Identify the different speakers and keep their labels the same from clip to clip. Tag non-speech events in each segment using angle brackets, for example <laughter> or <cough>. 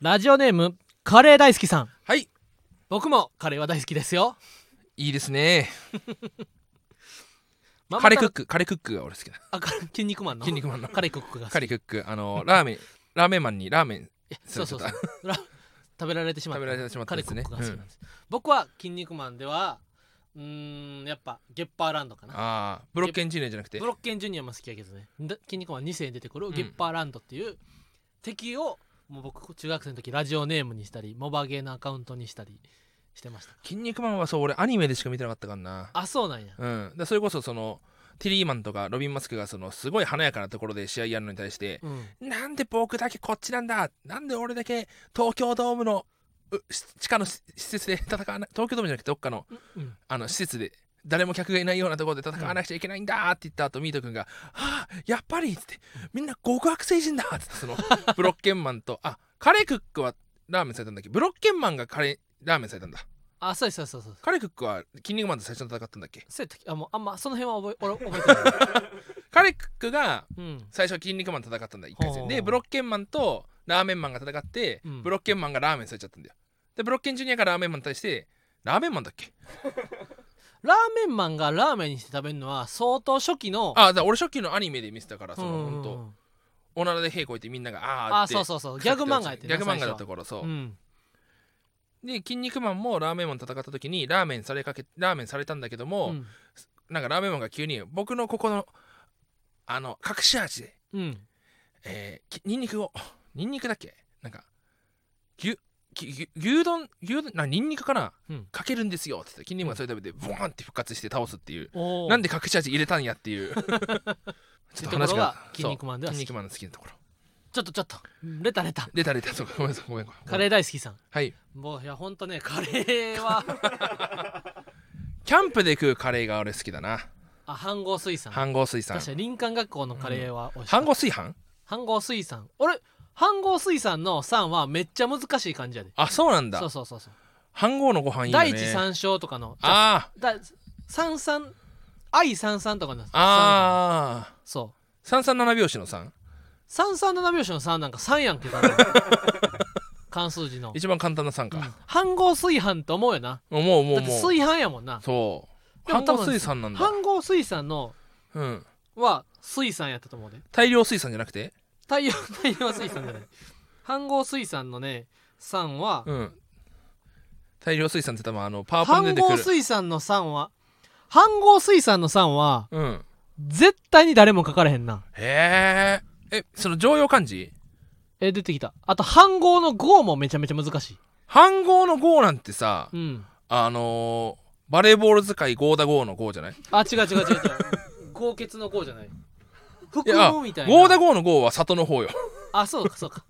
Speaker 1: ラジオネームカレー大好きさん
Speaker 2: はい
Speaker 1: 僕もカレーは大好きですよ
Speaker 2: いいですね
Speaker 1: ママ
Speaker 2: カレー
Speaker 1: タ
Speaker 2: ク
Speaker 1: ン
Speaker 2: ックカレークックが俺好きだ
Speaker 1: あカレー筋肉マンの
Speaker 2: 筋肉マンの
Speaker 1: カレークックが好き
Speaker 2: カレークックあのラーメンラーメンマンにラーメン
Speaker 1: いや
Speaker 2: そ
Speaker 1: そううそうそうら
Speaker 2: <laughs>
Speaker 1: 食べられてしまった
Speaker 2: 食べられてしまった
Speaker 1: カレ
Speaker 2: や
Speaker 1: ー
Speaker 2: つ
Speaker 1: ク
Speaker 2: ね
Speaker 1: ックが好きなんです、僕は「筋肉マン」ではうーんやっぱゲッパーランドかな
Speaker 2: ああブロッケンジーネじゃなくて
Speaker 1: ブロッケンジュニアも好きやけどねだ筋肉マン2世に出てくる
Speaker 2: ん
Speaker 1: ゲッパーランドっていう敵をもう僕中学生の時ラジオネームにしたりモバゲーのアカウントにしたりしてました
Speaker 2: 筋肉マンはそう俺アニメでしか見てなかったからな
Speaker 1: あそうなんや
Speaker 2: うん、だそれこそそのティリーマンとかロビン・マスクがそのすごい華やかなところで試合やるのに対して、
Speaker 1: うん
Speaker 2: なんで僕だけこっちなんだなんで俺だけ東京ドームのうし地下のし施設で戦わな東京ドームじゃなくてどっかの
Speaker 1: うん
Speaker 2: あの施設で誰も客がいないようなところで戦わなくちゃいけないんだって言った後、ミート君が「はあやっぱり」っつって「みんな極悪星人だ」っつってその
Speaker 1: <laughs>
Speaker 2: ブロッケンマンとあカレークックはラーメンされたんだっけブロッケンマンがカレーラーメンされたんだ
Speaker 1: あそうですそうですそうです
Speaker 2: カレークックは筋肉マンと最初に戦ったんだっけ
Speaker 1: そうやったあもうあんまその辺は覚え俺覚えてない
Speaker 2: カレークックが
Speaker 1: うん
Speaker 2: 最初は筋肉マンと戦ったんだ1回
Speaker 1: ほう
Speaker 2: 戦でブロッケンマンとラーメンマンが戦って、
Speaker 1: うん
Speaker 2: ブロッケンマンがラーメンされちゃったんだよでブロッケンジュニアがラーメンマンに対してラーメンマンだっけ
Speaker 1: ラーメンマンがラーメンにして食べるのは相当初期の
Speaker 2: ああだから俺初期のアニメで見せたからその、
Speaker 1: うん
Speaker 2: ほんとおならで平行いてみんながああ
Speaker 1: あ
Speaker 2: って
Speaker 1: そうそうそうギャグ漫画やって
Speaker 2: ギャグ漫画だった
Speaker 1: こ
Speaker 2: 頃そうう、
Speaker 1: ん
Speaker 2: で筋肉マンもラーメンマンと戦った時にラーメンされかけラーメンされたんだけども、
Speaker 1: うん
Speaker 2: なんかラーメンマンが急に僕のここのあの隠し味で
Speaker 1: うん
Speaker 2: えーきニンニクをニンニクだっけなんか牛ぎ牛牛丼牛丼なニンニクかな、
Speaker 1: うん
Speaker 2: かけるんですよって言って筋肉マンそれ食べてボーンって復活して倒すっていう、
Speaker 1: おー
Speaker 2: なんで隠し味入れたんやっていう
Speaker 1: <laughs>
Speaker 2: ちょっ
Speaker 1: ってところが筋肉マンでは
Speaker 2: そう
Speaker 1: 好き
Speaker 2: 筋
Speaker 1: ち
Speaker 2: 肉マンの好きなところ
Speaker 1: ょっとちょっと出た出た
Speaker 2: 出た出たそうごめんなさいごめんごめん
Speaker 1: カレー大好きさん
Speaker 2: はい
Speaker 1: もういやほんとねカレーは
Speaker 2: キャンプで食うカレーが俺好きだな
Speaker 1: あ飯合水産
Speaker 2: 飯合水産
Speaker 1: 確かに林間学校のカレーは美味しい
Speaker 2: 飯合炊飯
Speaker 1: 飯合水産俺飯合水産の産はめっちゃ難しい感じやで
Speaker 2: あそうなん
Speaker 1: そ
Speaker 2: だ
Speaker 1: うそうそうそう
Speaker 2: 飯合のご飯いいよ
Speaker 1: 第
Speaker 2: ね
Speaker 1: 一三章とかのじゃ
Speaker 2: あー
Speaker 1: だ三三愛三三とかの
Speaker 2: あ
Speaker 1: 三そう
Speaker 2: 三三七拍子の三
Speaker 1: 三三七拍子の三なんか三やんけ
Speaker 2: <laughs>
Speaker 1: ど関数字の
Speaker 2: 一番簡単な三か、
Speaker 1: 飯合炊飯と思うよな
Speaker 2: もうもうも
Speaker 1: だ
Speaker 2: う
Speaker 1: って炊飯やもんな
Speaker 2: そう
Speaker 1: でも
Speaker 2: 半
Speaker 1: 多
Speaker 2: 合
Speaker 1: 分
Speaker 2: 水産なんだ
Speaker 1: 飯合水産の
Speaker 2: うん
Speaker 1: は水産やったと思うで
Speaker 2: 大量水産じゃなくて
Speaker 1: 太陽 <laughs> 太陽水産じゃない飯合水産のね産は
Speaker 2: うん大量水産って多分あのパワーポンで
Speaker 1: 飯
Speaker 2: 出てく
Speaker 1: 合
Speaker 2: る
Speaker 1: 水産の産は飯合水産の産は
Speaker 2: うん
Speaker 1: 絶対に誰も書かれへんな
Speaker 2: へええその常用漢字
Speaker 1: え出てきたあと飯合の合もめちゃめちゃ難しい
Speaker 2: 半合の合なんてさ
Speaker 1: うん
Speaker 2: あのー、バレーボール使い合だ合の合じゃない
Speaker 1: あ違う違う違う違う合結の合じゃない
Speaker 2: い
Speaker 1: 複
Speaker 2: や
Speaker 1: 合みたいな
Speaker 2: 合だ合の合は里の方よ
Speaker 1: あ、そうか、そうか。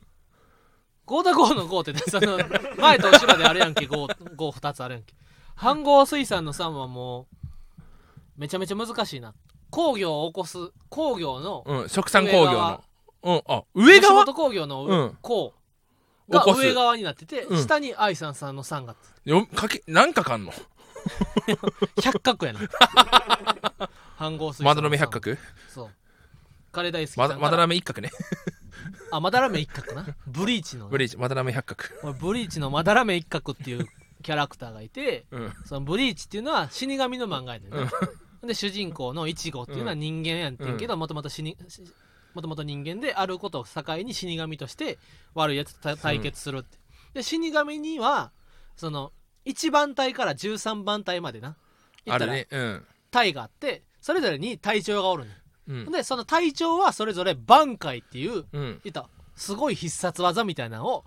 Speaker 1: ゴーダゴーのゴーってね、その、前と後ろであるやんけ、ゴー、ゴー2つあるやんけ。飯合水産の産はもう、めちゃめちゃ難しいな。工業を起こす、工業の、
Speaker 2: うん食産工業
Speaker 1: 上
Speaker 2: の
Speaker 1: 側
Speaker 2: うんあ上
Speaker 1: 吉
Speaker 2: 側
Speaker 1: 本工業の、
Speaker 2: うん
Speaker 1: 工
Speaker 2: 起
Speaker 1: が
Speaker 2: こす
Speaker 1: 上側になってて、
Speaker 2: うん
Speaker 1: 下に愛さんさんの産が、
Speaker 2: よかけ何かかんの
Speaker 1: 百角
Speaker 2: <laughs>
Speaker 1: やな。飯合水産の産。
Speaker 2: まだらめ百。角
Speaker 1: そう。カレー大好きさ
Speaker 2: ま
Speaker 1: んか
Speaker 2: だ
Speaker 1: ら。
Speaker 2: まだらめ一角ね
Speaker 1: あ、まだらめ一角
Speaker 2: <laughs>
Speaker 1: な。ブリーチのね、
Speaker 2: ブリーチまだらめ百角
Speaker 1: 俺ブリーチのまだらめ一角っていうキャラクターがいて、
Speaker 2: うん
Speaker 1: そのブリーチっていうのは死神の漫画やねんな、で主人公のイチゴっていうのは人間やってんけどもともと死にしもともと人間であることを境に死神として悪いやつとた対決するって、で死神にはその1番隊から13番隊までな言
Speaker 2: あ
Speaker 1: った
Speaker 2: る
Speaker 1: ら
Speaker 2: ねうん
Speaker 1: 隊があってそれぞれに隊長がおるね
Speaker 2: うんん
Speaker 1: でその隊長はそれぞれ挽回っていう
Speaker 2: うん
Speaker 1: 言ったらすごい必殺技みたいなのを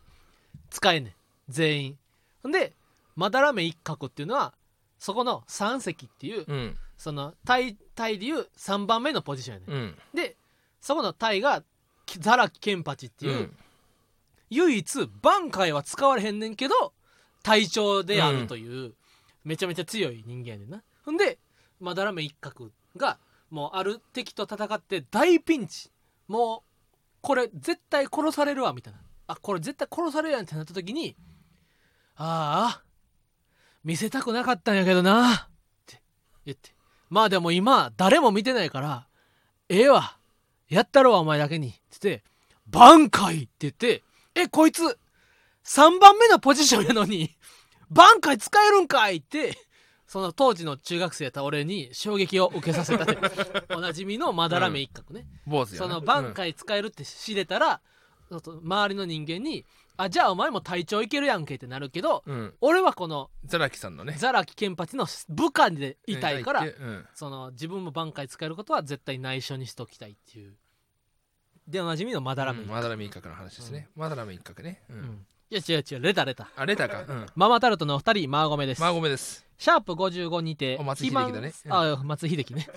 Speaker 1: 使えんねん全員ほんでまだらめ一角っていうのはそこの三席っていう、
Speaker 2: うん
Speaker 1: そのタイタイでいう3番目のポジションやねん、
Speaker 2: うん
Speaker 1: でそこのタイがきザラ・ケンパチっていう、
Speaker 2: うん
Speaker 1: 唯一バンカイは使われへんねんけど隊長であるという、めちゃめちゃ強い人間やねんなほんでまだらめ一角がもうある敵と戦って大ピンチもうこれ絶対殺されるわみたいなあこれ絶対殺されるやんってなった時にああ見せたくなかったんやけどなって言ってまあでも今誰も見てないからええわやったろお前だけにって言って「挽回!」って言って「えこいつ3番目のポジションやのに <laughs> バンカー使えるんかいってその当時の中学生やった俺に衝撃を受けさせ
Speaker 2: <laughs>
Speaker 1: たというおなじみのまだらめ一角ね、
Speaker 2: 坊主や
Speaker 1: そ
Speaker 2: な
Speaker 1: のバン
Speaker 2: うん
Speaker 1: カー使えるって知れたら、ちょっと周りの人間に「あじゃあお前も隊長いけるやんけ」ってなるけど、
Speaker 2: うん
Speaker 1: 俺はこの
Speaker 2: ザラキさんのね
Speaker 1: ザラキケンパチの部下でいたいから、
Speaker 2: うんうん
Speaker 1: その自分も挽回使えることは絶対内緒にしときたいっていうでおなじみのまだらめ、
Speaker 2: マダラメ一角の話ですねマダラメ一角ねうん
Speaker 1: うんいや違う違うレタレタ
Speaker 2: あレタかうん
Speaker 1: ママタルトのお二人マーゴメです
Speaker 2: まあごめんです
Speaker 1: シャープ55にて
Speaker 2: お松井秀喜だね
Speaker 1: 肥満あ松井秀喜ね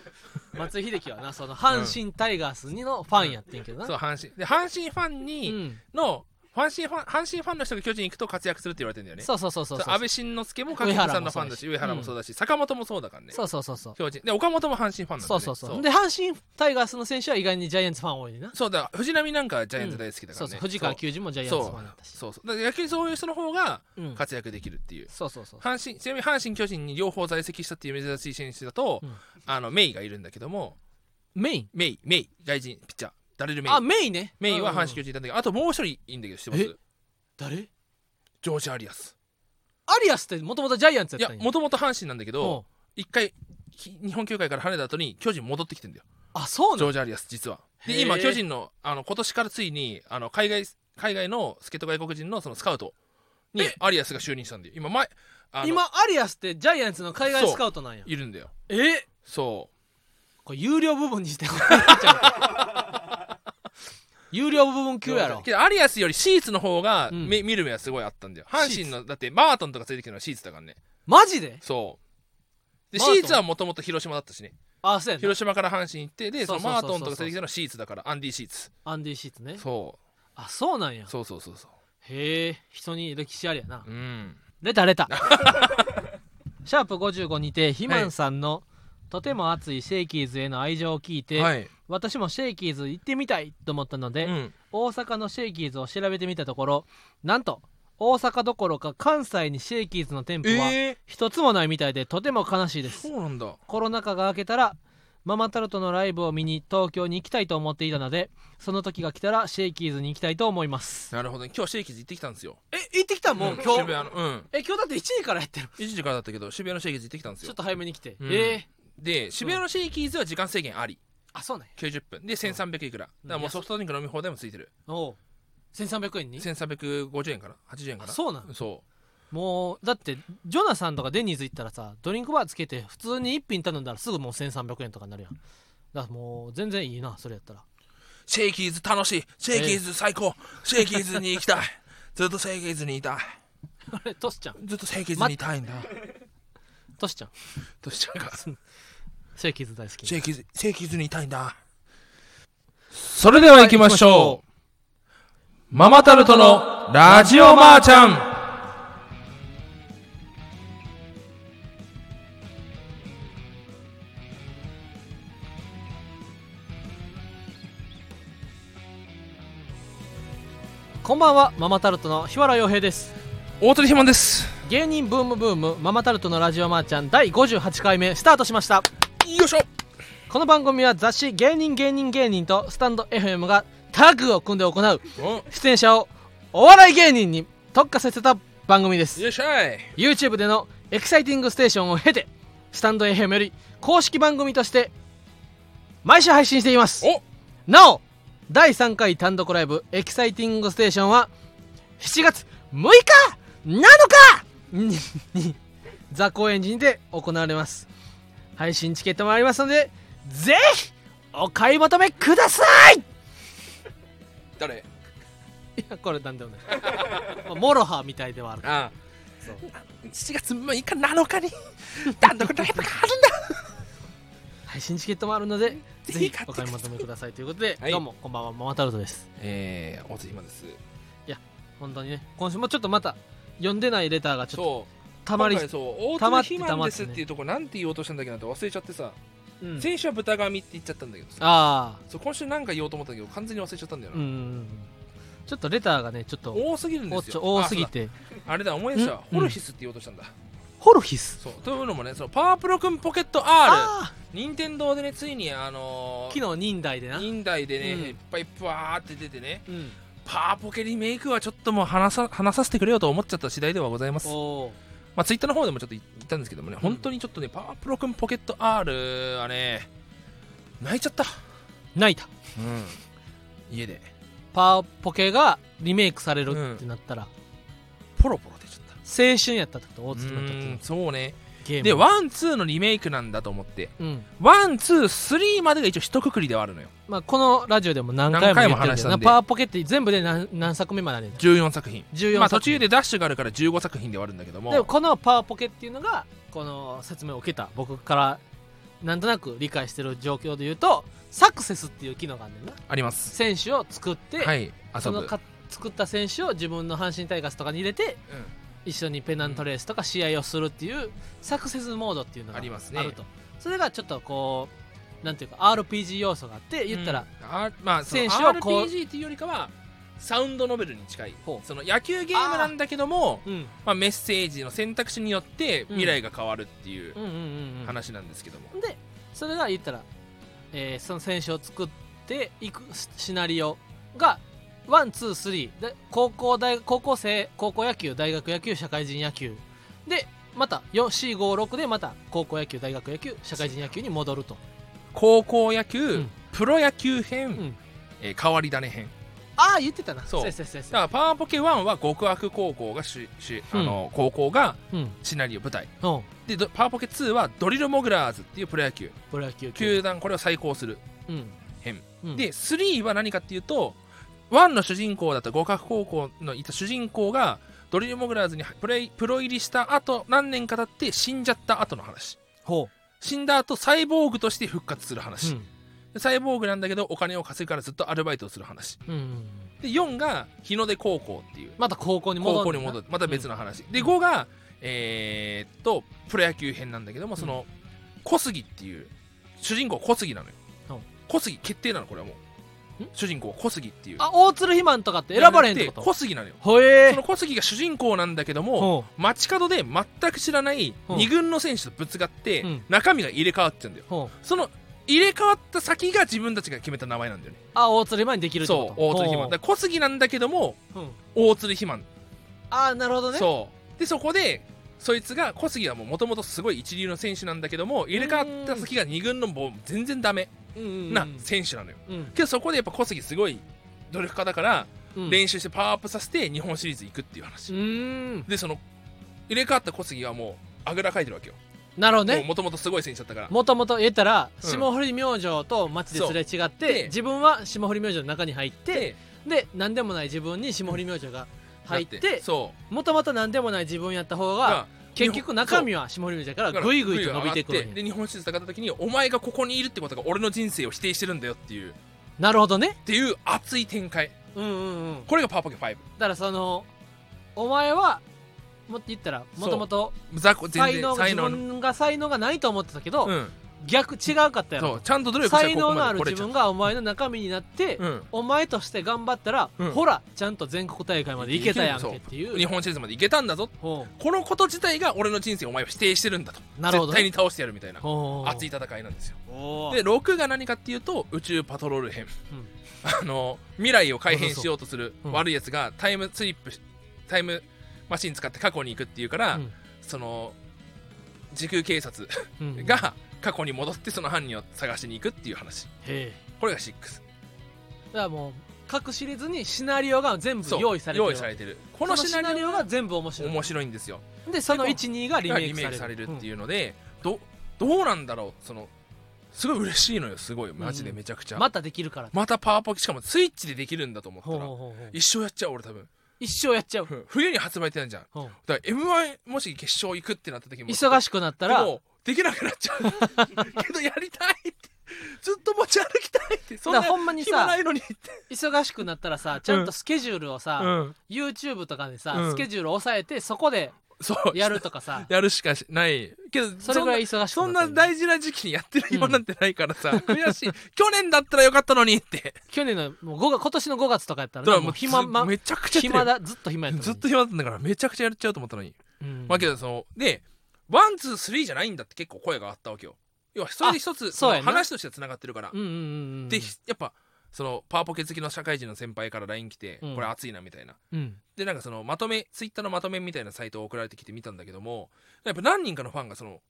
Speaker 1: <laughs> 松井秀喜はなその阪神タイガースにのファンやってんけどな、
Speaker 2: そう阪神で阪神ファン
Speaker 1: う
Speaker 2: に
Speaker 1: ん
Speaker 2: の阪神ファン阪神ファンの人が巨人行くと活躍するって言われてんだよね
Speaker 1: そうそうそうそう
Speaker 2: そう
Speaker 1: そう
Speaker 2: 安倍晋之助も掛布さんのファンだし上
Speaker 1: 上
Speaker 2: 原
Speaker 1: 原
Speaker 2: も
Speaker 1: も
Speaker 2: そ
Speaker 1: そうう
Speaker 2: だし坂本もそうだからね
Speaker 1: そうそうそうそう
Speaker 2: 巨人で岡本も阪神ファンなんだ
Speaker 1: そ
Speaker 2: よね
Speaker 1: うそうそう
Speaker 2: そう
Speaker 1: で阪神タイガースの選手は意外にジャイアンツファン多いねんな
Speaker 2: そうだ藤浪なんかジャイアンツ大好きだか
Speaker 1: そ
Speaker 2: ら
Speaker 1: う
Speaker 2: ね
Speaker 1: そう藤川球児もジャイアンツファンだったし
Speaker 2: そうそうだから逆にそういう人の方が
Speaker 1: うん
Speaker 2: 活躍できるっていう
Speaker 1: そうそうそう
Speaker 2: 阪神ちなみに阪神巨人に両方在籍したっていう珍しい選手だと、
Speaker 1: うん
Speaker 2: あのメイがいるんだけども
Speaker 1: メイン
Speaker 2: メイメイ外人ピッチャーダレルメイ
Speaker 1: あメインね
Speaker 2: メイは
Speaker 1: うんうん
Speaker 2: 阪神巨人いたんだけどあともう一人いいんだけど知ってます
Speaker 1: え誰
Speaker 2: ジョージ・アリアス
Speaker 1: アリアスってもともとジャイアンツ
Speaker 2: い
Speaker 1: やっ
Speaker 2: や
Speaker 1: たんや
Speaker 2: もともと阪神なんだけ
Speaker 1: も
Speaker 2: ど一回き日本球界から離れた後に巨人戻ってきてんだよ
Speaker 1: あそう
Speaker 2: ジ
Speaker 1: なの
Speaker 2: ョージ・アリアス実は
Speaker 1: へ
Speaker 2: で
Speaker 1: ー
Speaker 2: 今巨人のあの今年からついにあの海外海外の助っ人外国人のそのスカウトにアリアスが就任したんだよ今前あの
Speaker 1: 今アリアスってジャイアンツの海外スカウトなんや
Speaker 2: いるんだよ
Speaker 1: え
Speaker 2: そ
Speaker 1: これ有料部分にして有料部分
Speaker 2: う
Speaker 1: 級やろ
Speaker 2: けどアリアスよりシーツの方が、
Speaker 1: うん
Speaker 2: め見る目はすごいあったんだよ阪神のだってバートンとかついてきたのはシーツだからね
Speaker 1: マジで
Speaker 2: そうで
Speaker 1: バートン
Speaker 2: シーツはもともと広島だったしね
Speaker 1: あそうやな
Speaker 2: 広島から阪神行ってでそ
Speaker 1: そ
Speaker 2: の
Speaker 1: うそう
Speaker 2: マ
Speaker 1: そう
Speaker 2: ー
Speaker 1: そう
Speaker 2: トンとかついてきたのはシーツだからアンディ・シーツ
Speaker 1: アンディシーツね
Speaker 2: そ
Speaker 1: あそうなんや
Speaker 2: うそうそうそうそ
Speaker 1: へえ人に歴史ありやな
Speaker 2: ううん
Speaker 1: レタレ
Speaker 2: <laughs>
Speaker 1: タシャープ55にてひまんさんのとても熱いシェイキーズへの愛情を聞いて、
Speaker 2: はい、
Speaker 1: 私もシェイキーズ行ってみたいと思ったので、
Speaker 2: うん、
Speaker 1: 大阪のシェイキーズを調べてみたところなんと大阪どころか関西にシェイキーズの店舗は
Speaker 2: えー、
Speaker 1: 一つもないみたいでとても悲しいです、
Speaker 2: そうなんだ
Speaker 1: コロナ禍が明けたらママタルトのライブを見に東京に行きたいと思っていたのでその時が来たらシェイキーズに行きたいと思います
Speaker 2: なるほどね今日シェイキーズ行ってきたんですよ
Speaker 1: え行ってきた
Speaker 2: ん渋谷のうん
Speaker 1: え今日だって1時からやってる
Speaker 2: 1時からだったけど渋谷のシェイキーズ行ってきたんです
Speaker 1: ちょ
Speaker 2: よ
Speaker 1: っと早めに来て、
Speaker 2: うん
Speaker 1: えー
Speaker 2: で渋谷のシェイキーズは時間制限あり
Speaker 1: あそうなんや
Speaker 2: 90分で1300いくらだからもうソフトドリンク飲み放題もついてる
Speaker 1: おう1300円に
Speaker 2: 1350円かな80円か
Speaker 1: あ
Speaker 2: な
Speaker 1: そうなん
Speaker 2: そ
Speaker 1: もうだってジョナサンとかデニーズ行ったらさドリンクバーつけて普通に1品頼んだらすぐもう1300円とかになるやんだからもう全然いいなそれやったら <laughs>
Speaker 2: うシェイキーズ楽しいシェイキーズ最高シェイキーズに行き <laughs> たいずっとシェイキーズにいたい
Speaker 1: あれトシちゃん
Speaker 2: ずっとシェイキーズにいたいんだ
Speaker 1: トシちゃん
Speaker 2: としちゃ <laughs> うか
Speaker 1: シェイキーズ大好き
Speaker 2: シェイキーズシェイキーズにいたいんだそれでは行きましょうママタルトのラジオマーちゃん
Speaker 1: こんばんはママタルトの日原洋平です
Speaker 2: 大鳥ひまんです
Speaker 1: 芸人ブームブームママタルトのラジオマーちゃん第58回目スタートしました
Speaker 2: よいしょ
Speaker 1: この番組は雑誌芸人芸人芸人とスタンド FM がタッグを組んで行う出演者をお笑い芸人に特化させた番組です
Speaker 2: よいしょい
Speaker 1: YouTube でのエキサイティングステーションを経てスタンド FM より公式番組として毎週配信しています
Speaker 2: お
Speaker 1: なお第3回単独ライブエキサイティングステーションは7月6日7日ににザ高円寺にて行われます配信チケットもありますのでぜひお買い求めください
Speaker 2: 誰
Speaker 1: いやこれなんでもない <laughs> まあモロハみたいではある
Speaker 2: あ
Speaker 1: そう
Speaker 2: 7月6日7
Speaker 1: <laughs>
Speaker 2: 日に単独ライブがあるんだ
Speaker 1: 配信チケットもあるの
Speaker 2: <laughs>
Speaker 1: でぜ
Speaker 2: ぜひ
Speaker 1: ひ
Speaker 2: 買って
Speaker 1: お
Speaker 2: ください
Speaker 1: 買い求めくださいということで、
Speaker 2: はい
Speaker 1: どうもこんばんはママタルトです
Speaker 2: えー、大津ひまです
Speaker 1: 本当にね今週もちょっとまた読んでないレターがちょっと
Speaker 2: そう
Speaker 1: たまり
Speaker 2: 今回そう
Speaker 1: たま
Speaker 2: 大
Speaker 1: っ
Speaker 2: 津
Speaker 1: て
Speaker 2: ひまですっていうとこなんて言おうとしたんだっけなって忘れちゃってさ、
Speaker 1: うん
Speaker 2: 先週は豚髪って言っちゃったんだけどさ
Speaker 1: ああ
Speaker 2: そう今週なんか言おうと思ったんだけど完全に忘れちゃったんだよ
Speaker 1: うんう
Speaker 2: な、
Speaker 1: んうんちょっとレターがねちょっと
Speaker 2: 多すぎるん
Speaker 1: お
Speaker 2: で
Speaker 1: ち
Speaker 2: す
Speaker 1: ょ
Speaker 2: よ
Speaker 1: 多すぎ
Speaker 2: あ
Speaker 1: て
Speaker 2: そうだあれだ思い出した
Speaker 1: うん
Speaker 2: ホルヒスって言おうとしたんだ、
Speaker 1: ホルヒス
Speaker 2: そうというのもねそのパワープロくんポケット R
Speaker 1: あ
Speaker 2: 任天堂でねついにあの
Speaker 1: あ
Speaker 2: ー
Speaker 1: 昨日忍耐でな
Speaker 2: 忍耐でね、
Speaker 1: うん
Speaker 2: いっぱいブワーって出てね
Speaker 1: うん
Speaker 2: ブパーポケリメイクはちょっともう話さ話させてくれよと思っちゃった次第ではございます。
Speaker 1: おー
Speaker 2: まあ、ツイッターの方でもちょっと言ったんですけどもね、本当にちょっとね、パワープロくんポケット R はね、泣いちゃった。
Speaker 1: 泣いた
Speaker 2: 家で、
Speaker 1: パーポケがリメイクされるってなったら、
Speaker 2: ポロポロ出ちゃった。
Speaker 1: 青春やったってこと大
Speaker 2: う
Speaker 1: 津君にとって
Speaker 2: ーん
Speaker 1: の
Speaker 2: そうね。
Speaker 1: ゲーム
Speaker 2: で、ワン、ツーのリメイクなんだと思って、
Speaker 1: うん
Speaker 2: ワン、ツー、スリーまでが一応一括りではあるのよ。
Speaker 1: まあ、このラジオでも何回も言ってる
Speaker 2: 何回も話
Speaker 1: け
Speaker 2: した
Speaker 1: どな
Speaker 2: んで
Speaker 1: パワーポケって全部で何何作目まであるんだ
Speaker 2: 14作品。
Speaker 1: 14作品
Speaker 2: まあ、途中でダッシュがあるから15作品ではあるんだけども。
Speaker 1: でもこのパワーポケっていうのがこの説明を受けた僕からなんとなく理解してる状況で言うとサクセスっていう機能があるんだよな
Speaker 2: あります。
Speaker 1: 選手を作って、
Speaker 2: はい、遊ぶ。
Speaker 1: そのか作った選手を自分の阪神タイガースとかに入れて
Speaker 2: うん
Speaker 1: 一緒にペナントレースとか試合をするっていうサクセスモードっていうのが
Speaker 2: ありますね
Speaker 1: あるとそれがちょっとこうなんていうか RPG 要素があって言ったら、
Speaker 2: うんあまあそ
Speaker 1: 選
Speaker 2: の
Speaker 1: 手をこう
Speaker 2: RPG っていうよりかはサウンドノベルに近い
Speaker 1: ほう
Speaker 2: その野球ゲームなんだけども
Speaker 1: うん、
Speaker 2: まあ、メッセージの選択肢によって未来が変わるっていう
Speaker 1: うんうんうんうん
Speaker 2: 話なんですけども、
Speaker 1: でそれが言ったら、えーその選手を作っていくシシナリオがワンツースリーで高校大高校生高校野球大学野球社会人野球でまた456でまた高校野球大学野球社会人野球に戻ると
Speaker 2: 高校野球、
Speaker 1: ん
Speaker 2: プロ野球編、
Speaker 1: ん
Speaker 2: えー変わり種編
Speaker 1: ああ言ってたな
Speaker 2: そう
Speaker 1: せせせせ
Speaker 2: だからパワーポケ1は極悪高校が主主あの高校が
Speaker 1: うんうん
Speaker 2: シナリオ舞台でどパワーポケ2はドリルモグラーズっていうプロ野球
Speaker 1: プロ野球
Speaker 2: 球団これを再考する
Speaker 1: うん
Speaker 2: 編
Speaker 1: うん
Speaker 2: で3は何かっていうと1の主人公だった合格高校のいた主人公がドリルモグラーズにプレイプロ入りした後何年か経って死んじゃった後の話
Speaker 1: ほ
Speaker 2: 死んだ後サイボーグとして復活する
Speaker 1: うう
Speaker 2: 話、
Speaker 1: ん
Speaker 2: でサイボーグなんだけどお金を稼ぐからずっとアルバイトをする話
Speaker 1: うんうん
Speaker 2: で4が日の出高校っていう
Speaker 1: また高校に戻る
Speaker 2: 高校に戻
Speaker 1: る
Speaker 2: るまた別の話、で5がえーっとプロ野球編なんだけどもその小杉っていう主人公小杉なの
Speaker 1: う
Speaker 2: よ、
Speaker 1: ん
Speaker 2: 小杉決定なのこれはもうん主人公小杉っていう
Speaker 1: あ大鶴肥満とかって選ばれへんってこ
Speaker 2: 小
Speaker 1: と
Speaker 2: 杉なのよ
Speaker 1: ほえ
Speaker 2: その小杉が主人公なんだけども
Speaker 1: ほ
Speaker 2: 街角で全く知らない
Speaker 1: うん
Speaker 2: 2軍の選手とぶつかって
Speaker 1: うん
Speaker 2: 中身が入れ替わっちゃうんだよ
Speaker 1: うほう
Speaker 2: その入れ替わった先が自分たちが決めた名前なんだよね
Speaker 1: あ大鶴肥満にできるってこと
Speaker 2: そう大鶴肥満
Speaker 1: ほう
Speaker 2: だから小杉なんだけども
Speaker 1: うん
Speaker 2: 大鶴肥満
Speaker 1: ああなるほどね
Speaker 2: そうでそこでそいつが小杉はもともとすごい一流の選手なんだけども入れ替わった先が2軍のもう全然ダメ
Speaker 1: うんうんうん
Speaker 2: な選手なのよ
Speaker 1: うん
Speaker 2: けどそこでやっぱ小杉すごい努力家だから
Speaker 1: うん
Speaker 2: 練習してパワーアップさせて日本シリーズ行くっていう話
Speaker 1: うーん
Speaker 2: でその入れ替わった小杉はもうあぐらかいてるわけよ
Speaker 1: なるほどね
Speaker 2: もともとすごい選手だったから
Speaker 1: もともと言ったら
Speaker 2: うん
Speaker 1: 霜降り明星と町ですれ違っ
Speaker 2: そうで
Speaker 1: て自分は霜降り明星の中に入って
Speaker 2: で
Speaker 1: で何でもない自分に霜降り明星が入っ
Speaker 2: だ
Speaker 1: て
Speaker 2: そう
Speaker 1: もともと何でもない自分やった方
Speaker 2: だか
Speaker 1: が
Speaker 2: ら
Speaker 1: 結局中身は霜降り明星だから
Speaker 2: だから
Speaker 1: ぐいぐいと伸びてく
Speaker 2: ぐい
Speaker 1: る
Speaker 2: ぐい上がっ
Speaker 1: ん
Speaker 2: で
Speaker 1: や
Speaker 2: 日本シリーズ戦った時にお前がここにいるってことが俺の人生を否定してるんだよっていう
Speaker 1: なるほどね
Speaker 2: っていう熱い展開
Speaker 1: うんうんうん
Speaker 2: これがパワーポケ5
Speaker 1: だからそのお前はもっと言ったらもともと
Speaker 2: 雑魚全
Speaker 1: 才
Speaker 2: 然
Speaker 1: 能が
Speaker 2: 才
Speaker 1: 自
Speaker 2: 能
Speaker 1: 分が才能がないと思ってたけ
Speaker 2: う
Speaker 1: ど
Speaker 2: ん
Speaker 1: 逆違うかったや
Speaker 2: そ
Speaker 1: ろ
Speaker 2: うちゃんと努力して
Speaker 1: 才
Speaker 2: こ
Speaker 1: 能
Speaker 2: こ
Speaker 1: の
Speaker 2: ま
Speaker 1: あ
Speaker 2: で
Speaker 1: る
Speaker 2: 来れ
Speaker 1: 自
Speaker 2: ちゃっ
Speaker 1: 分がお前の中身になって、
Speaker 2: た
Speaker 1: お前として頑張ったら、
Speaker 2: うん
Speaker 1: ほらちゃんと全国大会まで行けたやんけってい
Speaker 2: うん
Speaker 1: う
Speaker 2: 日本シリーズまで行けたんだぞ
Speaker 1: ほ
Speaker 2: このこと自体が俺の人生をお前は否定してるんだと
Speaker 1: うなるほど
Speaker 2: 絶対に倒してやるみたいな
Speaker 1: ほう
Speaker 2: 熱い戦いなんですよ
Speaker 1: ほう
Speaker 2: で6が何かっていうと宇宙パトロール編、
Speaker 1: うん
Speaker 2: あの未来を改変しようとする
Speaker 1: うん
Speaker 2: 悪いやつがタイムスリップしタイムマシン使って過去に行くっていうから、
Speaker 1: うん
Speaker 2: その時空警察
Speaker 1: うん
Speaker 2: が過去に戻ってその犯人を探しに行くっていう話
Speaker 1: へえ
Speaker 2: これが
Speaker 1: だ
Speaker 2: 6
Speaker 1: からもう各シリーズにシナリオが全部
Speaker 2: そう
Speaker 1: 用意されてる
Speaker 2: 用意されてる
Speaker 1: こ
Speaker 2: こ
Speaker 1: の
Speaker 2: の
Speaker 1: シ
Speaker 2: シ
Speaker 1: ナ
Speaker 2: ナ
Speaker 1: リ
Speaker 2: リ
Speaker 1: オ
Speaker 2: オ
Speaker 1: が
Speaker 2: が
Speaker 1: 全部面白い
Speaker 2: 面白いんですよ
Speaker 1: でその
Speaker 2: で
Speaker 1: 12がリ
Speaker 2: リ
Speaker 1: メ
Speaker 2: メイ
Speaker 1: イクさ
Speaker 2: ク
Speaker 1: れる
Speaker 2: されるっていうので、どどうなんだろうそのすごい嬉しいのよすごいマジでめちゃくちゃ、
Speaker 1: うんまたできるから
Speaker 2: またパワーポケしかもスイッチでできるんだと思った
Speaker 1: ほう
Speaker 2: ら
Speaker 1: ほうほうほう
Speaker 2: 一生やっちゃう俺多分
Speaker 1: 一生やっちゃう
Speaker 2: うん冬に発売ってなんじゃん
Speaker 1: ほう
Speaker 2: だから m 1もし決勝行くってなった時も
Speaker 1: 忙
Speaker 2: し
Speaker 1: しくなった
Speaker 2: た
Speaker 1: ら
Speaker 2: もうできなくなっちゃ
Speaker 1: <laughs>
Speaker 2: うけどやりたいってずっと持ち歩きたいってそん
Speaker 1: だ
Speaker 2: な
Speaker 1: からほんまに
Speaker 2: 暇な
Speaker 1: さ
Speaker 2: いのにって、
Speaker 1: 忙しくなったらさちゃんとスケジュールをさ、
Speaker 2: ん、
Speaker 1: YouTube とかでさ、
Speaker 2: うん
Speaker 1: スケジュールを押さえてそこで
Speaker 2: そう
Speaker 1: やるとかさ
Speaker 2: やるしかしないけど
Speaker 1: それぐらい忙しく
Speaker 2: そん
Speaker 1: な
Speaker 2: な
Speaker 1: ったよね
Speaker 2: 大事な時期にやってるようなんてないからさ、悔しい去年だったらよかったのに
Speaker 1: <laughs>
Speaker 2: って
Speaker 1: 去年のもう5月今年の5月とかやったら
Speaker 2: だ
Speaker 1: な
Speaker 2: から
Speaker 1: も
Speaker 2: も
Speaker 1: う
Speaker 2: う
Speaker 1: 暇
Speaker 2: 暇、
Speaker 1: ま
Speaker 2: めちゃくちゃやってる
Speaker 1: 暇だずっと暇やった
Speaker 2: ずっと暇だったんだからめちゃくちゃやっちゃうと思ったのに、まあけ
Speaker 1: ど
Speaker 2: どそのでワンツースリーじゃないんだって結構声があったわけよ要はそれで一つ
Speaker 1: そうやな
Speaker 2: 話としてはつながってるから、
Speaker 1: うんうんうんうん
Speaker 2: でやっぱそのパワポケ好きの社会人の先輩から LINE 来て、
Speaker 1: うん
Speaker 2: これ熱いなみたいな
Speaker 1: うん
Speaker 2: でなんかそのまとめツイッターのまとめみたいなサイトを送られてきて見たんだけどもやっぱ何人かのファンがその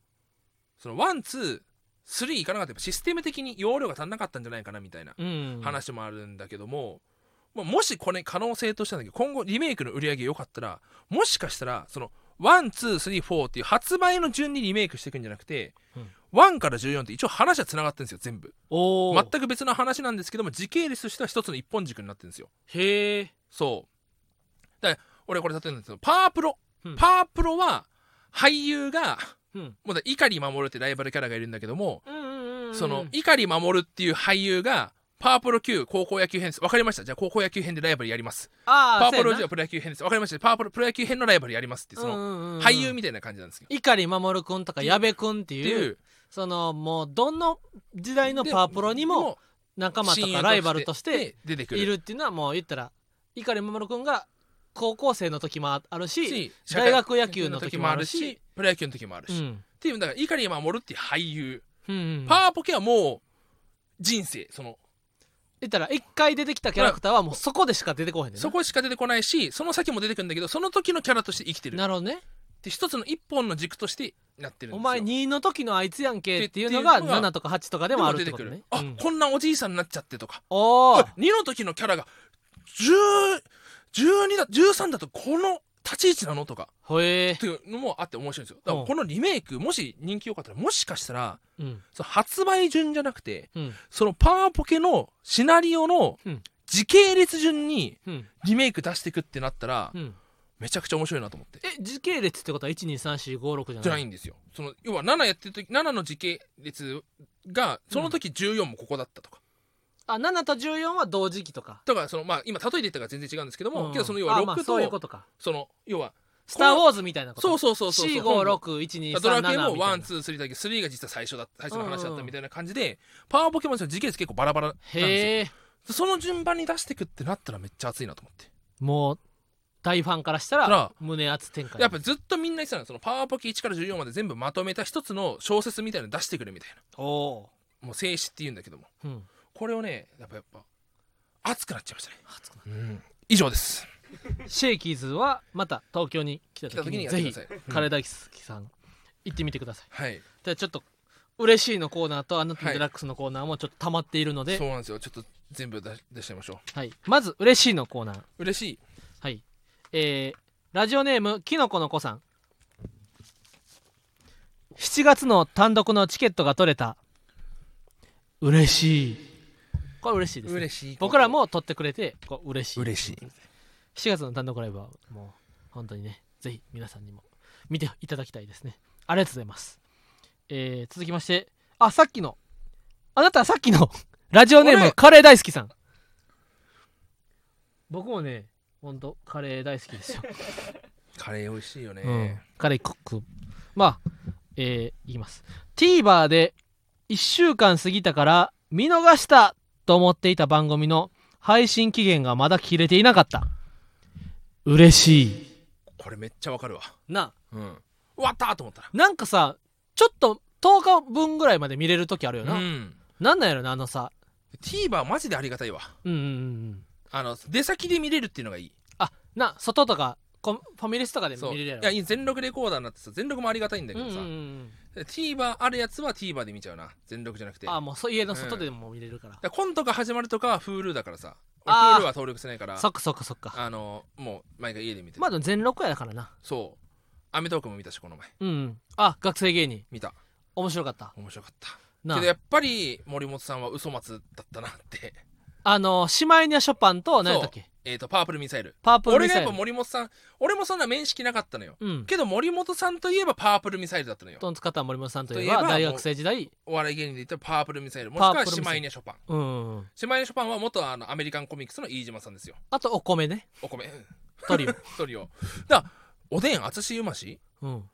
Speaker 2: そのワンツースリーいかなかったやっぱシステム的に容量が足んなかったんじゃないかなみたいな
Speaker 1: うん
Speaker 2: 話もあるんだけども、まあ、もしこれ可能性としてなんだけど今後リメイクの売り上げ良かったらもしかしたらその1234っていう発売の順にリメイクしていくんじゃなくて、
Speaker 1: うん
Speaker 2: 1から14って一応話はつながってるんですよ全部
Speaker 1: おー
Speaker 2: 全く別の話なんですけども時系列としては一つの一本軸になってるんですよ
Speaker 1: へえ
Speaker 2: そうだから俺これ例えばなんですけどパワープロ、
Speaker 1: うん
Speaker 2: パワープロは俳優が
Speaker 1: うん
Speaker 2: もうだ碇守ってライバルキャラがいるんだけども、
Speaker 1: うんうんうんうん
Speaker 2: その碇守っていう俳優がパワープロ級高校野球編です分かりましたじゃあ高校野球編でライバルやりますパ
Speaker 1: あ
Speaker 2: ワープロ
Speaker 1: じ
Speaker 2: じゃプロ野球編です分かりましたパワープロプロ野球編のライバルやりますっていうその
Speaker 1: の
Speaker 2: 俳優みたいな感じなんですけど、
Speaker 1: 碇守君とか矢部君って
Speaker 2: って
Speaker 1: い
Speaker 2: いうう
Speaker 1: そのもうどの時代のパワプロにも仲間と
Speaker 2: 親友
Speaker 1: かライバルとして
Speaker 2: 出てくる
Speaker 1: いるっていうのはもう言ったら碇守君が高校生の時もあるし
Speaker 2: し
Speaker 1: 大学野球の時もあるし
Speaker 2: 社会人の時もあるプロ野球の時もあるし、
Speaker 1: う
Speaker 2: っ
Speaker 1: ん
Speaker 2: ていうだから碇守っていう俳優、
Speaker 1: うんうん
Speaker 2: パワーポケはもう人生その
Speaker 1: 言ったら一回出てきたキャラクターはもうそこでしか出てこへんねんな
Speaker 2: そこしか出てこないしその先も出てくるんだけどその時のキャラとして生きてるっ
Speaker 1: なるほどね
Speaker 2: て一つの一本の軸としてなってるんですよ
Speaker 1: お前2の時のあいつやんけっていうの
Speaker 2: って
Speaker 1: が
Speaker 2: いうのが
Speaker 1: 7とか8とかでもあるってこと
Speaker 2: 出
Speaker 1: ね
Speaker 2: てくるあ、
Speaker 1: うん
Speaker 2: こんなおじいさんになっちゃってとか
Speaker 1: おー
Speaker 2: 2の時のキャラが10 12だ13だとこの立ち位置なのとか
Speaker 1: ほえ
Speaker 2: っていうのもあって面白いんですよだか
Speaker 1: う
Speaker 2: ら
Speaker 1: ん
Speaker 2: このリメイクもし人気よかったらもしかしたら
Speaker 1: うん
Speaker 2: その発売順じゃなくて
Speaker 1: うん
Speaker 2: そのパワーポケのシナリオの
Speaker 1: うん
Speaker 2: 時系列順に
Speaker 1: うん
Speaker 2: リメイク出していくってなったら
Speaker 1: うん
Speaker 2: めちゃくちゃ面白いなと思って。
Speaker 1: え時系列ってことは123456じゃ
Speaker 2: じゃな
Speaker 1: ないい
Speaker 2: んですよその要は7やってる時7の時系列がその時14もここだったとか、
Speaker 1: あ7と14は同時期とか
Speaker 2: だからそのまあ今例えて言ったから全然違うんですけども、
Speaker 1: うん
Speaker 2: けどその要は
Speaker 1: あまあ
Speaker 2: 6と
Speaker 1: そういうことか
Speaker 2: その要は
Speaker 1: スター・ウォーズみたいなこと
Speaker 2: そうそうそうそう
Speaker 1: 456123
Speaker 2: ドラクエもワン
Speaker 1: ー
Speaker 2: ツースリーだけどスリーが実は最初だ最初の話
Speaker 1: う
Speaker 2: だっ
Speaker 1: んう
Speaker 2: た
Speaker 1: ん
Speaker 2: みたいな感じで、パワーポケモンの時系列結構バラバラなんですよ
Speaker 1: へえ
Speaker 2: その順番に出してくってなったらめっちゃ熱いなと思って
Speaker 1: もう大ファンからした
Speaker 2: た
Speaker 1: ら
Speaker 2: だ
Speaker 1: 胸熱展開
Speaker 2: やっぱずっとみんな言ってたのはそのパワーポケ1から14まで全部まとめた一つの小説みたいなの出してくるみたい
Speaker 1: おお
Speaker 2: なもう静止って言うんだけども
Speaker 1: ーうん
Speaker 2: これをねやっぱやっぱ熱くなっちゃいましたね
Speaker 1: 熱くな
Speaker 2: うん以上です
Speaker 1: シェイキーズはまた東京に来た
Speaker 2: 来た
Speaker 1: 時
Speaker 2: 時に
Speaker 1: に
Speaker 2: やって
Speaker 1: ぜ
Speaker 2: くだ
Speaker 1: ひ
Speaker 2: さい、うん
Speaker 1: 彼大好きさん行ってみてください
Speaker 2: はい
Speaker 1: じゃあちょっと嬉しいのコーナーとあなたの
Speaker 2: はい
Speaker 1: デラックスのコーナーもちょっと溜まっているので、は
Speaker 2: そ
Speaker 1: いう
Speaker 2: なんですよちょっと全部出し出しちゃいましょ
Speaker 1: まず嬉しいのコーナー
Speaker 2: う嬉しい
Speaker 1: はいえー、ラジオネームきのこのこさん7月の単独のチケットが取れた嬉しいこれ嬉しいです、ね、
Speaker 2: 嬉しい
Speaker 1: 僕らも取ってくれてこう嬉しい
Speaker 2: 嬉しい
Speaker 1: 7月の単独ライブはもう本当にねぜひ皆さんにも見ていただきたいですねありがとうございます、えー続きましてあさっきのあなたさっきの <laughs> ラジオネー
Speaker 2: あ
Speaker 1: ム
Speaker 2: れ
Speaker 1: カレー大好きさん僕もねほんとカレー大好きですよ、
Speaker 2: カレー美味しいよね、
Speaker 1: うん、カレーコックまあえーいきます TVer で1週間過ぎたから見逃したと思っていた番組の配信期限がまだ切れていなかった嬉しい
Speaker 2: これめっちゃわかるわ
Speaker 1: な
Speaker 2: うん終わったと思ったら
Speaker 1: なんかさちょっと10日分ぐらいまで見れる時あるよな、
Speaker 2: うん
Speaker 1: なんなんやろなあのさ
Speaker 2: TVer マジでありがたいわ
Speaker 1: うんうんうん
Speaker 2: あの出先で見れるっていうのがいい
Speaker 1: あな外とかコンファミレスとかで見
Speaker 2: そう
Speaker 1: れるやろ
Speaker 2: いやいい全力レコーダーになってさ全力もありがたいんだ
Speaker 1: う
Speaker 2: け
Speaker 1: んう
Speaker 2: ど
Speaker 1: ん
Speaker 2: さ、
Speaker 1: うんうん、
Speaker 2: TVer あるやつは TVer で見ちゃうな全力じゃなくて
Speaker 1: あ
Speaker 2: だか
Speaker 1: もうそ家の外でも見れるから、
Speaker 2: らコントが始まるとかは Hulu だからさ俺
Speaker 1: あー
Speaker 2: Hulu は登録してないから
Speaker 1: そっかそっかそっか
Speaker 2: あのもう毎回家で見てる、
Speaker 1: まあでも全録やだからな
Speaker 2: そうアメトークも見たしこの前
Speaker 1: うん、うん、あ学生芸人
Speaker 2: 見た
Speaker 1: 面白かった
Speaker 2: 面白かった
Speaker 1: な
Speaker 2: けど
Speaker 1: あ
Speaker 2: やっぱり森本さんは嘘松だったなって
Speaker 1: あのしまいにはショパンと何やったっけ
Speaker 2: えっ、とパープルミサイル
Speaker 1: パープル
Speaker 2: 俺
Speaker 1: ミ
Speaker 2: が
Speaker 1: サイ
Speaker 2: やっ
Speaker 1: ル
Speaker 2: ぱ森本さん俺もそんな面識なかったのよ
Speaker 1: うん
Speaker 2: けど森本さんといえばパープルミサイルだったのよ
Speaker 1: トンツカタン森本さんといえ
Speaker 2: といえ
Speaker 1: ば
Speaker 2: ば
Speaker 1: 大学生時代
Speaker 2: お笑い芸人で言ったらパープルミサイルもしく
Speaker 1: パー
Speaker 2: は
Speaker 1: プル
Speaker 2: シ
Speaker 1: ミサイル
Speaker 2: マイネショパン
Speaker 1: うんうんうん
Speaker 2: シマイネショパンは元あのアメリカンコミックスの飯島さんですよ
Speaker 1: あとお米ね
Speaker 2: お米
Speaker 1: トリオ
Speaker 2: <laughs> トリオだからおでん淳うまし
Speaker 1: うん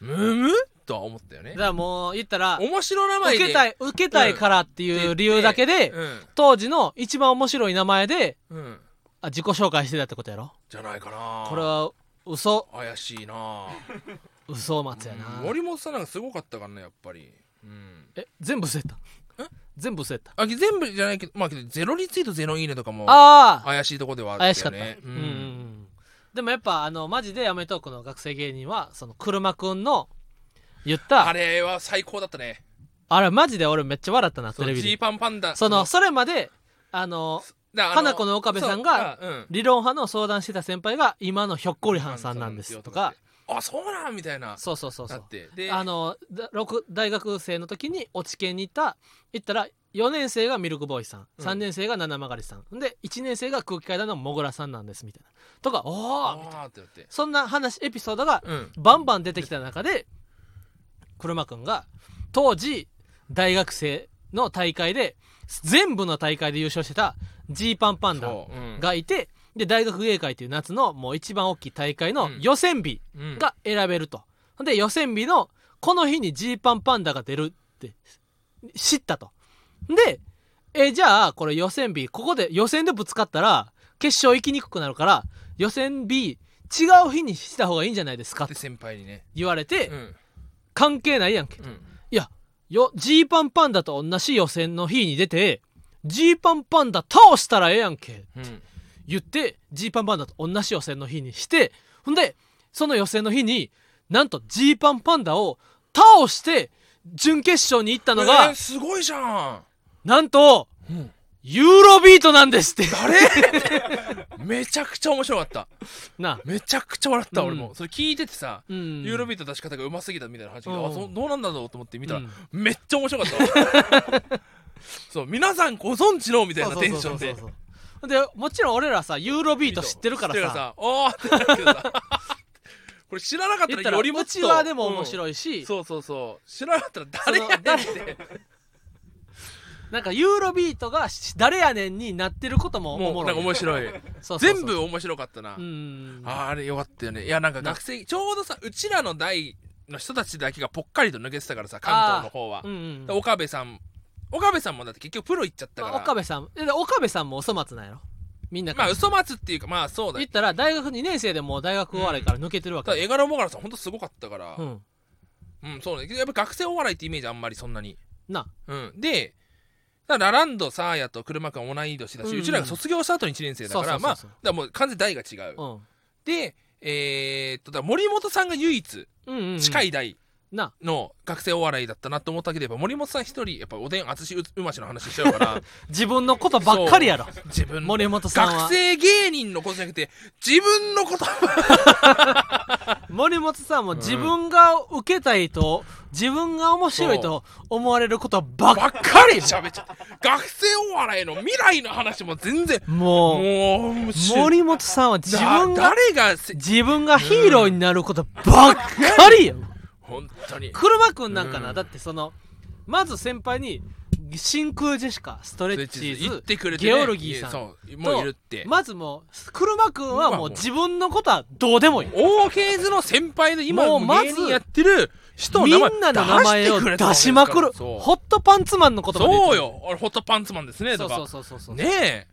Speaker 2: むむとは思ったよね
Speaker 1: だからもう言ったら
Speaker 2: 面白名前
Speaker 1: 受
Speaker 2: で
Speaker 1: けたい受けたいからっていう理由だけで、
Speaker 2: うん
Speaker 1: 当時の一番面白い名前で
Speaker 2: うん
Speaker 1: あ自己紹介してたってことやろ
Speaker 2: じゃないかな
Speaker 1: これは嘘
Speaker 2: 怪しいな
Speaker 1: 嘘松やな
Speaker 2: うん森本さんなんかすごかったからねやっぱりうん
Speaker 1: え全部嘘やった
Speaker 2: え
Speaker 1: 全部捨てた
Speaker 2: あ全部じゃないけどまあけどゼロリツイートゼロいいねとかも
Speaker 1: ああ
Speaker 2: 怪しいとこではあったよ
Speaker 1: 怪
Speaker 2: ね
Speaker 1: しかった
Speaker 2: う
Speaker 1: うんんうんうんでもやっぱあのマジでアメトークの学生芸人はその車くんの言った
Speaker 2: あれは最高だったね
Speaker 1: あれマジで俺めっちゃ笑ったな
Speaker 2: そ
Speaker 1: テ
Speaker 2: う
Speaker 1: レビ
Speaker 2: ジー
Speaker 1: で
Speaker 2: パンパンダ
Speaker 1: そのそれまであの
Speaker 2: だからあ
Speaker 1: 花子の岡部さんが
Speaker 2: そううん
Speaker 1: 理論派の相談してた先輩が今のひょっこりはんさんなんですとか
Speaker 2: あそうなんみたいな
Speaker 1: そうそうそうそ
Speaker 2: だ
Speaker 1: う
Speaker 2: ってで
Speaker 1: あのだ六大学生の時に落ち研にいた行ったら4年生がミルクボーイさん
Speaker 2: うん
Speaker 1: 3年生が七曲りさん、で1年生が空気階段のもぐらさんなんですみたいなとかおお
Speaker 2: あーってなって
Speaker 1: そんな話エピソードが
Speaker 2: うん
Speaker 1: バンバン出てきた中で車くんが当時大学生の大会で全部の大会で優勝してたジーパンパンダ
Speaker 2: そううん
Speaker 1: がいてで大学芸会という夏のもう一番大きい大会の
Speaker 2: うん
Speaker 1: 予選日、
Speaker 2: うん
Speaker 1: が選べると。で予選日のこの日にジーパンパンダが出るって知ったと。でえじゃあこれ予選日ここで予選でぶつかったら決勝行きにくくなるから予選日違う日にした方がいいんじゃないですかっ
Speaker 2: で
Speaker 1: て
Speaker 2: 先輩にね
Speaker 1: 言われて、
Speaker 2: うん
Speaker 1: 関係ないやんけ。
Speaker 2: うん
Speaker 1: いやよジーパンパンダと同じ予選の日に出てジーパンパンダ倒したらええやんけ
Speaker 2: うん
Speaker 1: 言ってジーパンパンダと同じ予選の日にしてほんでその予選の日になんとジーパンパンダを倒して準決勝に行ったのが、
Speaker 2: えーすごいじゃん
Speaker 1: なんと
Speaker 2: うん
Speaker 1: ユーロビートなんですって
Speaker 2: めちゃくちゃ面白かった
Speaker 1: <laughs> なあ
Speaker 2: めちゃくちゃ笑った
Speaker 1: うん
Speaker 2: 俺もそれ聞いててさ
Speaker 1: うん
Speaker 2: ユーロビート出し方がうますぎたみたいな話が
Speaker 1: うん
Speaker 2: あそうどうなんだろうと思って見たら
Speaker 1: うん
Speaker 2: めっちゃ面白かったわ <laughs> そう皆さんご存知のみたいなテンションで
Speaker 1: そうそうそうそうほんでもちろん俺らさユーロビート知ってるから
Speaker 2: 知
Speaker 1: さ
Speaker 2: おーってなるけどさ <laughs> これ知らなか
Speaker 1: 言
Speaker 2: っ
Speaker 1: ったた
Speaker 2: ら
Speaker 1: ら
Speaker 2: よりも
Speaker 1: う
Speaker 2: っと
Speaker 1: ちわでも面
Speaker 2: い、
Speaker 1: 白いし、
Speaker 2: うんそうそうそう知らなかったら誰やねんって
Speaker 1: なんかユーロビートが誰やねんになってることも <laughs> お
Speaker 2: も
Speaker 1: も
Speaker 2: うな
Speaker 1: ろ
Speaker 2: ん
Speaker 1: い
Speaker 2: か面白い
Speaker 1: そうそうそう
Speaker 2: 全部面白かったな、
Speaker 1: うん
Speaker 2: あーあれよかったよねいやなんか学生ちょうどさうちらの代の人たちだけがぽっかりと抜けてたからさ関東の方は
Speaker 1: う、んうん
Speaker 2: だから岡部さん岡部さんもだって結局プロ行っちゃったから、
Speaker 1: まあ岡部さんえで岡部さんもお粗末なんやろみんなか
Speaker 2: ま
Speaker 1: ら、
Speaker 2: あ嘘松っていうかまあそうだ
Speaker 1: 言っ
Speaker 2: よ
Speaker 1: たら大学2年生でもう大学お笑いから抜けてるわけ
Speaker 2: ただ絵柄もがらさんほんとすごかったから
Speaker 1: う
Speaker 2: うん、
Speaker 1: ん、
Speaker 2: そうねやっぱ学生お笑いってイメージあんまりそんなに
Speaker 1: な
Speaker 2: うんでだからラランドサーヤと車くんは同い年だし、
Speaker 1: う
Speaker 2: うん
Speaker 1: うん
Speaker 2: ちらが卒業した後に1年生だから
Speaker 1: そうそうそうそう
Speaker 2: まあだからもう完全に代が違う、
Speaker 1: うん、
Speaker 2: でえー、っとだから森本さんが唯一
Speaker 1: うんうんうん
Speaker 2: 近
Speaker 1: い
Speaker 2: い代
Speaker 1: な
Speaker 2: の学生お笑いだったなと思ったけどやっぱ森本さん一人やっぱおでん淳ううましの話しちゃうから
Speaker 1: <laughs> 自分のことばっかりやろ
Speaker 2: 自分の
Speaker 1: 森本さんは
Speaker 2: 学生芸人のことじゃなくて自分のこと
Speaker 1: 森本さんも自分が受けたいと、自分が面白いと思われることばっ
Speaker 2: ばっかり喋っちゃった学生お笑いの未来の話も全然も
Speaker 1: もう
Speaker 2: うもうし
Speaker 1: 森本さんは自分
Speaker 2: だ
Speaker 1: が
Speaker 2: 誰がせ
Speaker 1: 自分がヒーローになることばっかりやろ
Speaker 2: 本当に
Speaker 1: 車くんなんかな、
Speaker 2: うん
Speaker 1: だってそのまず先輩に真空ジェシカストレッチーズ
Speaker 2: 言ってくれて、ね、
Speaker 1: ゲオルギーさん
Speaker 2: そうもういるって、
Speaker 1: まずもう車くんはも
Speaker 2: 今も
Speaker 1: う
Speaker 2: う
Speaker 1: 自分のことはどうでもいい
Speaker 2: オーケーズの先輩で今
Speaker 1: もう
Speaker 2: もう
Speaker 1: まず
Speaker 2: 芸人やってる人の
Speaker 1: み
Speaker 2: 名前
Speaker 1: んなの名前を出しまくる
Speaker 2: そ
Speaker 1: ホットパンツマンのこ
Speaker 2: う
Speaker 1: とまで言って
Speaker 2: そう
Speaker 1: る
Speaker 2: よ俺ホットパンツマンですね
Speaker 1: そ
Speaker 2: と
Speaker 1: う
Speaker 2: か
Speaker 1: そうそうそうそう、
Speaker 2: ねえ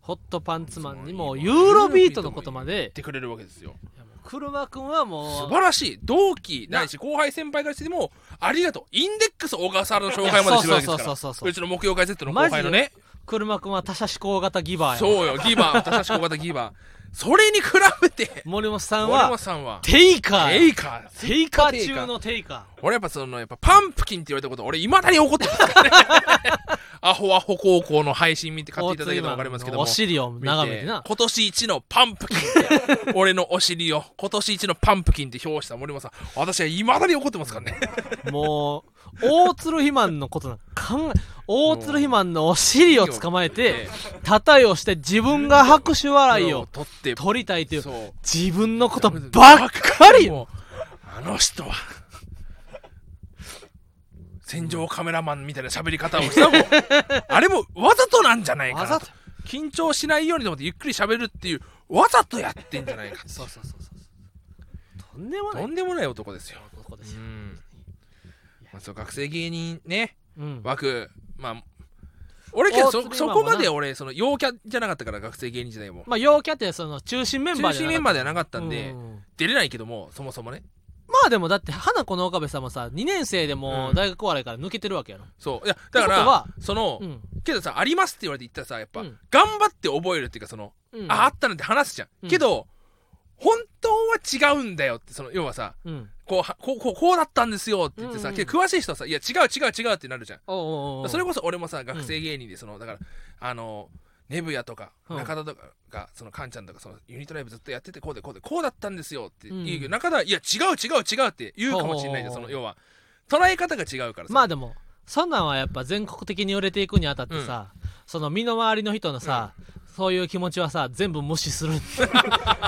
Speaker 1: ホットパンツマンにもユーロビートのことま
Speaker 2: 言っ
Speaker 1: で
Speaker 2: てくれるわけですよ
Speaker 1: いやもう車くんはも
Speaker 2: 素
Speaker 1: う
Speaker 2: 晴らしい同期ないし後輩先輩からしてもありがとうインデックス小笠原の紹介までしてるわけです
Speaker 1: そ
Speaker 2: か
Speaker 1: うそう
Speaker 2: ら
Speaker 1: そうそうそう
Speaker 2: うちの木曜会 Z の後輩のね
Speaker 1: 車くんは他者志向型ギバーや
Speaker 2: そうよギバー私小型ギバーそれに比べて
Speaker 1: 森本さん
Speaker 2: 森本
Speaker 1: は
Speaker 2: さんは
Speaker 1: テイカー
Speaker 2: え
Speaker 1: や
Speaker 2: いか
Speaker 1: テイカー中のテイカ
Speaker 2: 俺やっぱそのやっぱパンプキンって言われたこと俺いまだに怒ってます
Speaker 1: <laughs>
Speaker 2: からねアホアホ高校の配信見て
Speaker 1: ー
Speaker 2: 買っていただけたら分かりますけども
Speaker 1: お尻を眺めてな
Speaker 2: 今年一のパンプキンって俺のお尻を今年一のパンプキンって表した森本さん私はいまだに怒ってますからね
Speaker 1: もう大鶴肥満のことなんか考え大鶴肥満のお尻を捕まえて叩いをして自分が拍手笑
Speaker 2: <laughs>
Speaker 1: いを
Speaker 2: 取って
Speaker 1: 取りたいという
Speaker 2: そう
Speaker 1: 自分のことばっかり
Speaker 2: もうあの人は戦場カメラマンみたいな喋り方をしたも
Speaker 1: <laughs>
Speaker 2: んあれもわざとなんじゃないか
Speaker 1: わ
Speaker 2: な
Speaker 1: ざ
Speaker 2: と
Speaker 1: と
Speaker 2: 緊張しないようにと思ってゆっくり喋るっていうわざとやってんじゃないか
Speaker 1: そうそうそうそうとんでもない
Speaker 2: とんでもない男ですよ、
Speaker 1: 男で
Speaker 2: う
Speaker 1: すよ
Speaker 2: んまあ、そう学生芸人ね
Speaker 1: うん
Speaker 2: 枠まあ俺けど
Speaker 1: 大鶴
Speaker 2: そ
Speaker 1: 肥
Speaker 2: そ
Speaker 1: 満
Speaker 2: こ
Speaker 1: もな
Speaker 2: まで俺その陽キャじゃなかったから学生芸人時代も
Speaker 1: まあ陽キャってその中心メンバーじゃ
Speaker 2: 中心
Speaker 1: な
Speaker 2: メン
Speaker 1: かっ
Speaker 2: バーではなかった
Speaker 1: た
Speaker 2: んで
Speaker 1: う
Speaker 2: 出れないけどもそもそもね
Speaker 1: まあでもだって花子の岡部さんもさ2年生でも
Speaker 2: う
Speaker 1: うん大学お笑いから抜けてるわけやろ、
Speaker 2: そういやだか
Speaker 1: ってこと
Speaker 2: ら
Speaker 1: は
Speaker 2: その、
Speaker 1: うん
Speaker 2: けどさありますって言われて言ったらさやっぱ、
Speaker 1: うん
Speaker 2: 頑張って覚えるっていうかその、
Speaker 1: うん、
Speaker 2: ああったなんて話すじゃん、
Speaker 1: うん
Speaker 2: けど本当は違うんだよってその要はさ
Speaker 1: うん
Speaker 2: こうはこうこうこうだったんですよって言ってさ、
Speaker 1: うんうん
Speaker 2: けど詳しい人はさ「いや違う違う違う」ってなるじゃん
Speaker 1: おうおうおう
Speaker 2: それこそ俺もさ学生芸人でそのだからあのネブヤとか
Speaker 1: うん
Speaker 2: 中田とかがそのカンちゃんとかそのユニットライブずっとやっててこうでこうでこうだったんですよって言うけど、
Speaker 1: うん
Speaker 2: 中田はいや違う違う違うって言うかもしれないじゃん
Speaker 1: ほ
Speaker 2: そ
Speaker 1: ほうほう
Speaker 2: うの要は捉え方が違うからさ
Speaker 1: まあでもそんなんはやっぱ全国的に売れていくにあたってさ、その身の回りの人のさ、そういう気持ちはさ全部無視
Speaker 2: <laughs>
Speaker 1: する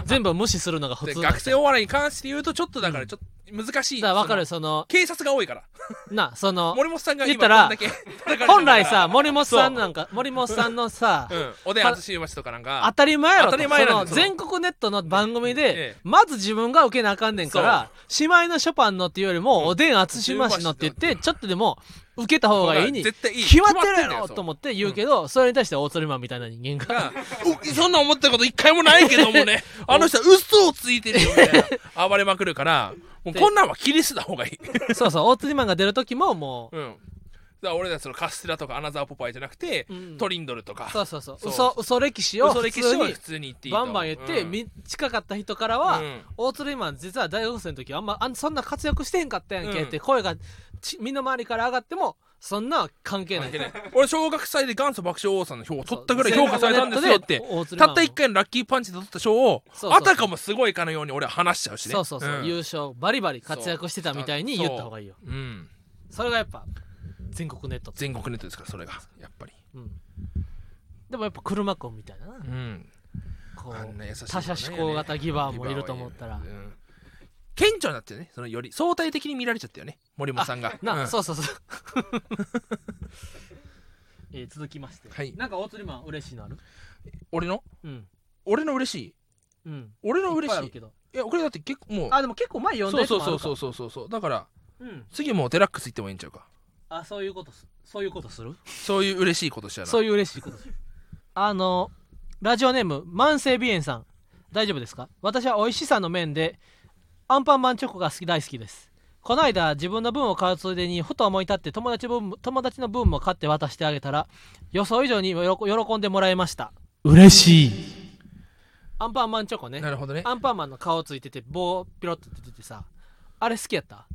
Speaker 1: 全部無視するのが普
Speaker 2: で
Speaker 1: 通
Speaker 2: 学生
Speaker 1: を
Speaker 2: お笑いに関して言うとちょっとだからちょっと難しい、
Speaker 1: だから分かる
Speaker 2: そ
Speaker 1: その
Speaker 2: の警察が多いから
Speaker 1: なその
Speaker 2: 森本さんが
Speaker 1: 言っ
Speaker 2: 今
Speaker 1: たら
Speaker 2: こんだけ叩かれてるから
Speaker 1: <laughs> 本来さ森本さんなんか森本さんのさ、
Speaker 2: <laughs> うん、おでん淳町とかなん
Speaker 1: 当
Speaker 2: か
Speaker 1: たり前やろと
Speaker 2: 当たり前なん
Speaker 1: そ
Speaker 2: で
Speaker 1: の
Speaker 2: す
Speaker 1: 全国ネットの番組で、
Speaker 2: ええ
Speaker 1: まず自分が受けなあかんねんから姉妹のショパンのっていうよりも、おでん厚島市のって言ってちょっとでも受けた方がいいに
Speaker 2: 絶対いい
Speaker 1: 決まってるやろと
Speaker 2: 思
Speaker 1: 思って言うけど、それに対して大鶴マンみたいな人間が
Speaker 2: そんな思ったこと一回もないけど
Speaker 1: <laughs>
Speaker 2: もねあの人は嘘をついてるよみたいな暴れまくるからもう
Speaker 1: で
Speaker 2: こんなんは切り捨てた方がい <laughs> い、
Speaker 1: <laughs> そうそう、大釣りマンが出る時ももう、
Speaker 2: うん、だから俺たちのカステラとかアナザーポパイじゃなくて、
Speaker 1: うん
Speaker 2: トリンドルとか
Speaker 1: そうそうそう、
Speaker 2: そう
Speaker 1: 嘘、嘘歴史を
Speaker 2: 嘘
Speaker 1: 普
Speaker 2: 歴史
Speaker 1: 通
Speaker 2: を
Speaker 1: に
Speaker 2: 普通に言っていいと
Speaker 1: バンバン言って、
Speaker 2: うん
Speaker 1: み近かった人からは、
Speaker 2: うん
Speaker 1: 大釣りマン実は大学生の時あんまあんそんな活躍してへんかったやんけ
Speaker 2: うん
Speaker 1: って声がち身の回りから上がっても、そんな関係ない。
Speaker 2: 関係ない <laughs> 俺小学祭で元祖爆笑王さんの票を取ったぐらい評価されたんですよって
Speaker 1: 全国ネットで
Speaker 2: たった1回のラッキーパンチで取った賞を
Speaker 1: そうそう
Speaker 2: あたかもすごいかのように俺は話しちゃうしね
Speaker 1: そうそうそう、
Speaker 2: ん
Speaker 1: 優勝バリバリ活躍してたみたいに言った方がいいよ
Speaker 2: うん
Speaker 1: それがやっぱ全国ネットって、
Speaker 2: 全国ネットですからそれがやっぱり
Speaker 1: うん、でもやっぱ車子みたいなな
Speaker 2: うん
Speaker 1: こ
Speaker 2: あんな優しいう子
Speaker 1: 他者志向型ギバーもいると思ったら
Speaker 2: ギバーはいるうん顕著になってねそのより相対的に見られちゃったよね森本さんが
Speaker 1: な、
Speaker 2: うん
Speaker 1: そうそう <laughs> そう。えー続きまして、
Speaker 2: はい
Speaker 1: なんか大鳥マン嬉しいのある？
Speaker 2: 俺の
Speaker 1: うん
Speaker 2: 俺の嬉しい
Speaker 1: うん。
Speaker 2: 俺の
Speaker 1: いっぱ
Speaker 2: 嬉
Speaker 1: いあ
Speaker 2: し
Speaker 1: る
Speaker 2: い
Speaker 1: けど。
Speaker 2: いやこれだって結構もう
Speaker 1: あでも結構前読んだ
Speaker 2: そう
Speaker 1: やつも
Speaker 2: そう
Speaker 1: あるか
Speaker 2: そうそうそうそうそうだから
Speaker 1: う。ん。
Speaker 2: 次もうデラックス行ってもいいんちゃうか
Speaker 1: あそういうことすそういうことする？
Speaker 2: そういう嬉しいことしたら
Speaker 1: そういう嬉しいことする。あのラジオネーム慢性鼻炎さん大丈夫ですか？私は美味しさの面でアンパンマンチョコが好き大好きです。この間自分の分を買うついでにふと思い立って友達分も友達の分も買って渡してあげたら予想以上に喜喜んでもらいました嬉しいアンパンマンチョコね
Speaker 2: なるほどね
Speaker 1: アンパンマンの顔ついてて棒ピロッと出ててさあれ好きやった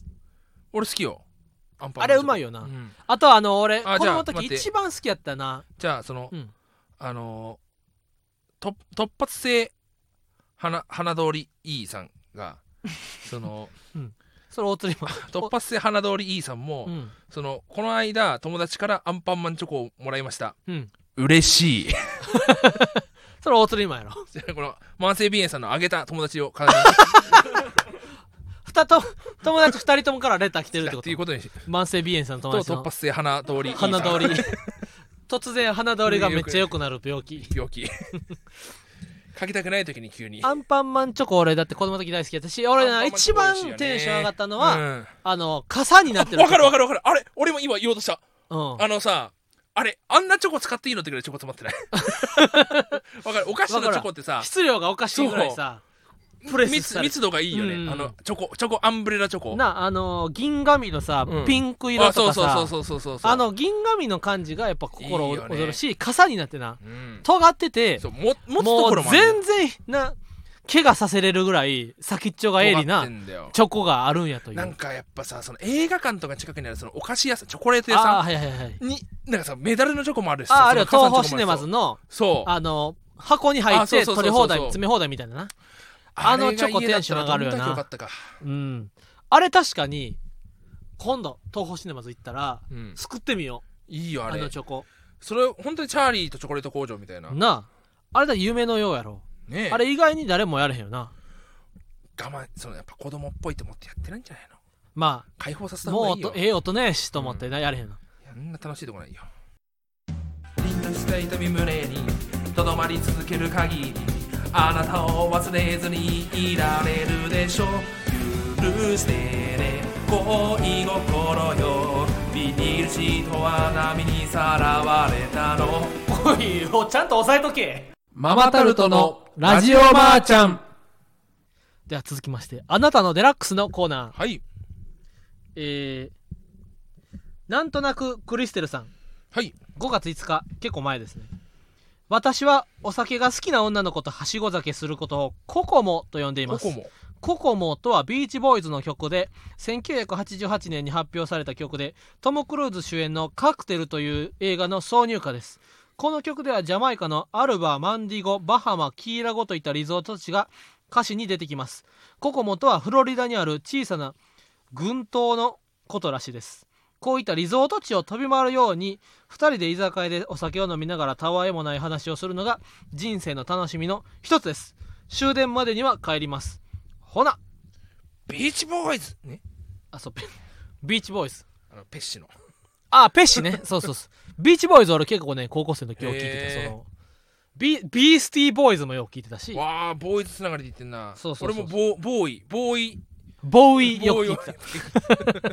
Speaker 2: 俺好きよアンパンマン
Speaker 1: あれうまいよな
Speaker 2: うん
Speaker 1: あとあの俺
Speaker 2: あ
Speaker 1: 子
Speaker 2: じゃ
Speaker 1: 供
Speaker 2: あ
Speaker 1: の時
Speaker 2: 待って
Speaker 1: 一番好きやったな
Speaker 2: じゃあその
Speaker 1: うん
Speaker 2: あのーと突発性花花通り E さん
Speaker 1: <laughs>
Speaker 2: がその
Speaker 1: それ大釣り
Speaker 2: <laughs>
Speaker 1: マン
Speaker 2: 突発性花通り E さんも、
Speaker 1: うん
Speaker 2: そのこの間友達からアンパンマンチョコをもらいました
Speaker 1: うん
Speaker 2: 嬉し
Speaker 1: <laughs>
Speaker 2: い
Speaker 1: それ大釣りマンやろ
Speaker 2: この慢性鼻炎さんのあげた友達を形に
Speaker 1: 二と友達二人ともからレター来てるっ
Speaker 2: してた
Speaker 1: こ
Speaker 2: って
Speaker 1: と
Speaker 2: いうことにし
Speaker 1: 慢性鼻炎さんの
Speaker 2: と
Speaker 1: 友達
Speaker 2: 突
Speaker 1: の
Speaker 2: 発性花通り E さん
Speaker 1: 鼻通り突然鼻通りがめっちゃ良くなる病気
Speaker 2: 病
Speaker 1: <laughs>
Speaker 2: 気書きたくない時に急に
Speaker 1: アンパンマンチョコ俺だって子供の時大好きやったし俺な一番テンション上がったのは、
Speaker 2: うん
Speaker 1: あの傘になってる
Speaker 2: わかるわ
Speaker 1: か
Speaker 2: かるわかるあれ俺も今言おうとした
Speaker 1: る、うん、
Speaker 2: あのさあれあんなチョコ使っていいのってぐらいチョコ詰まっ
Speaker 1: <laughs>
Speaker 2: てないわかるお菓子のチョコってさ
Speaker 1: 質量がおかしいぐらいさプレスさ
Speaker 2: 密
Speaker 1: れて
Speaker 2: 密度がいいよね、
Speaker 1: うん
Speaker 2: あのチョコチョコアンブレラチョコ
Speaker 1: なあの銀紙のさ、
Speaker 2: うん
Speaker 1: ピンク色とかさ
Speaker 2: あそうそうそうそうそうそう
Speaker 1: あ、の銀紙の感じがやっぱ心
Speaker 2: いい
Speaker 1: を
Speaker 2: よね
Speaker 1: 踊るし傘になってな
Speaker 2: うん、
Speaker 1: 尖ってて
Speaker 2: そうも持つと
Speaker 1: も
Speaker 2: ころ
Speaker 1: う
Speaker 2: もある
Speaker 1: 全然な怪我させれるぐらい先っちょが鋭利
Speaker 2: 尖
Speaker 1: な
Speaker 2: ってんだよ
Speaker 1: チョコがあるんやという
Speaker 2: なんかやっぱさその映画館とか近くにあるそのお菓子屋さんチョコレート屋
Speaker 1: あー
Speaker 2: さ
Speaker 1: はいはいはい
Speaker 2: んになんかさメダルのチョコもあるしさ
Speaker 1: あーあるよ
Speaker 2: その
Speaker 1: 東
Speaker 2: 傘
Speaker 1: 宝
Speaker 2: のチョ
Speaker 1: シ
Speaker 2: コも
Speaker 1: ネ
Speaker 2: あ
Speaker 1: マ
Speaker 2: るし
Speaker 1: ズの
Speaker 2: そう
Speaker 1: あの箱に入
Speaker 2: あ
Speaker 1: っ
Speaker 2: そう
Speaker 1: て
Speaker 2: そうそうそう
Speaker 1: 取り放題詰め放題みたいななあの
Speaker 2: れが家だったら
Speaker 1: チョコテンション上がるよな
Speaker 2: どんだけ良かったか
Speaker 1: うんあれ確かに今度東宝シネマズ行ったら
Speaker 2: うん
Speaker 1: 作ってみよ
Speaker 2: いいよ
Speaker 1: う
Speaker 2: あ
Speaker 1: あ
Speaker 2: れ
Speaker 1: のチョコ
Speaker 2: それ本当にチャーリーとチョコレート工場みたいなね
Speaker 1: なああれだ夢のようやろ
Speaker 2: え
Speaker 1: あれ以外に誰もやれへんよな
Speaker 2: 我慢そのやっぱ子供っぽいと思ってやってないんじゃないの
Speaker 1: ま
Speaker 2: 解放させ
Speaker 1: あ
Speaker 2: た方
Speaker 1: も
Speaker 2: が
Speaker 1: う
Speaker 2: いい
Speaker 1: おと
Speaker 2: よ
Speaker 1: ええ音ねえしと思ってなや <laughs> れへんの
Speaker 2: あんな楽しいとこないよみんなした痛み胸にとどまり続ける限りあなたを忘れずにいられるでしょう許してね恋心よビニールシートは波にさらわれたの
Speaker 1: おいおちゃんと押さえとけ
Speaker 2: マ
Speaker 1: マタルトのラジオばあちゃんでは続きましてあなたのデラックスのコーナー
Speaker 2: はい
Speaker 1: えーなんとなくクリステルさん
Speaker 2: はい
Speaker 1: 5月5日結構前ですね私はお酒が好きな女の子とはしご酒することをココモと呼んでい
Speaker 2: こ
Speaker 1: ます
Speaker 2: こも
Speaker 1: ココモとはビーチボーイズの曲で1988年に発表された曲でトム・クルーズ主演の「カクテル」という映画の挿入歌ですこの曲ではジャマイカのアルバマンディゴバハマキーラゴといったリゾート地が歌詞に出てきますココモとはフロリダにある小さな群島のことらしいですこういったリゾート地を飛び回るように2人で居酒屋でお酒を飲みながらたわいもない話をするのが人生の楽しみの一つです終電までには帰りますほな
Speaker 2: ビーチボーイズね
Speaker 1: あそうペビーチボーイズ
Speaker 2: あのペッシの
Speaker 1: あペッシ
Speaker 2: <laughs>
Speaker 1: ねそうそうそうビーチボーイズ俺結構ね高校生の時よく聞いて
Speaker 2: へ
Speaker 1: た
Speaker 2: ー
Speaker 1: そのビビースティーボーイズもよく聞いてたし
Speaker 2: わあボーイズつながりで言ってんな
Speaker 1: そうそうそう
Speaker 2: 俺もボーボーイボーイ
Speaker 1: ボーイよく聞い
Speaker 2: ボ
Speaker 1: て
Speaker 2: ー
Speaker 1: たい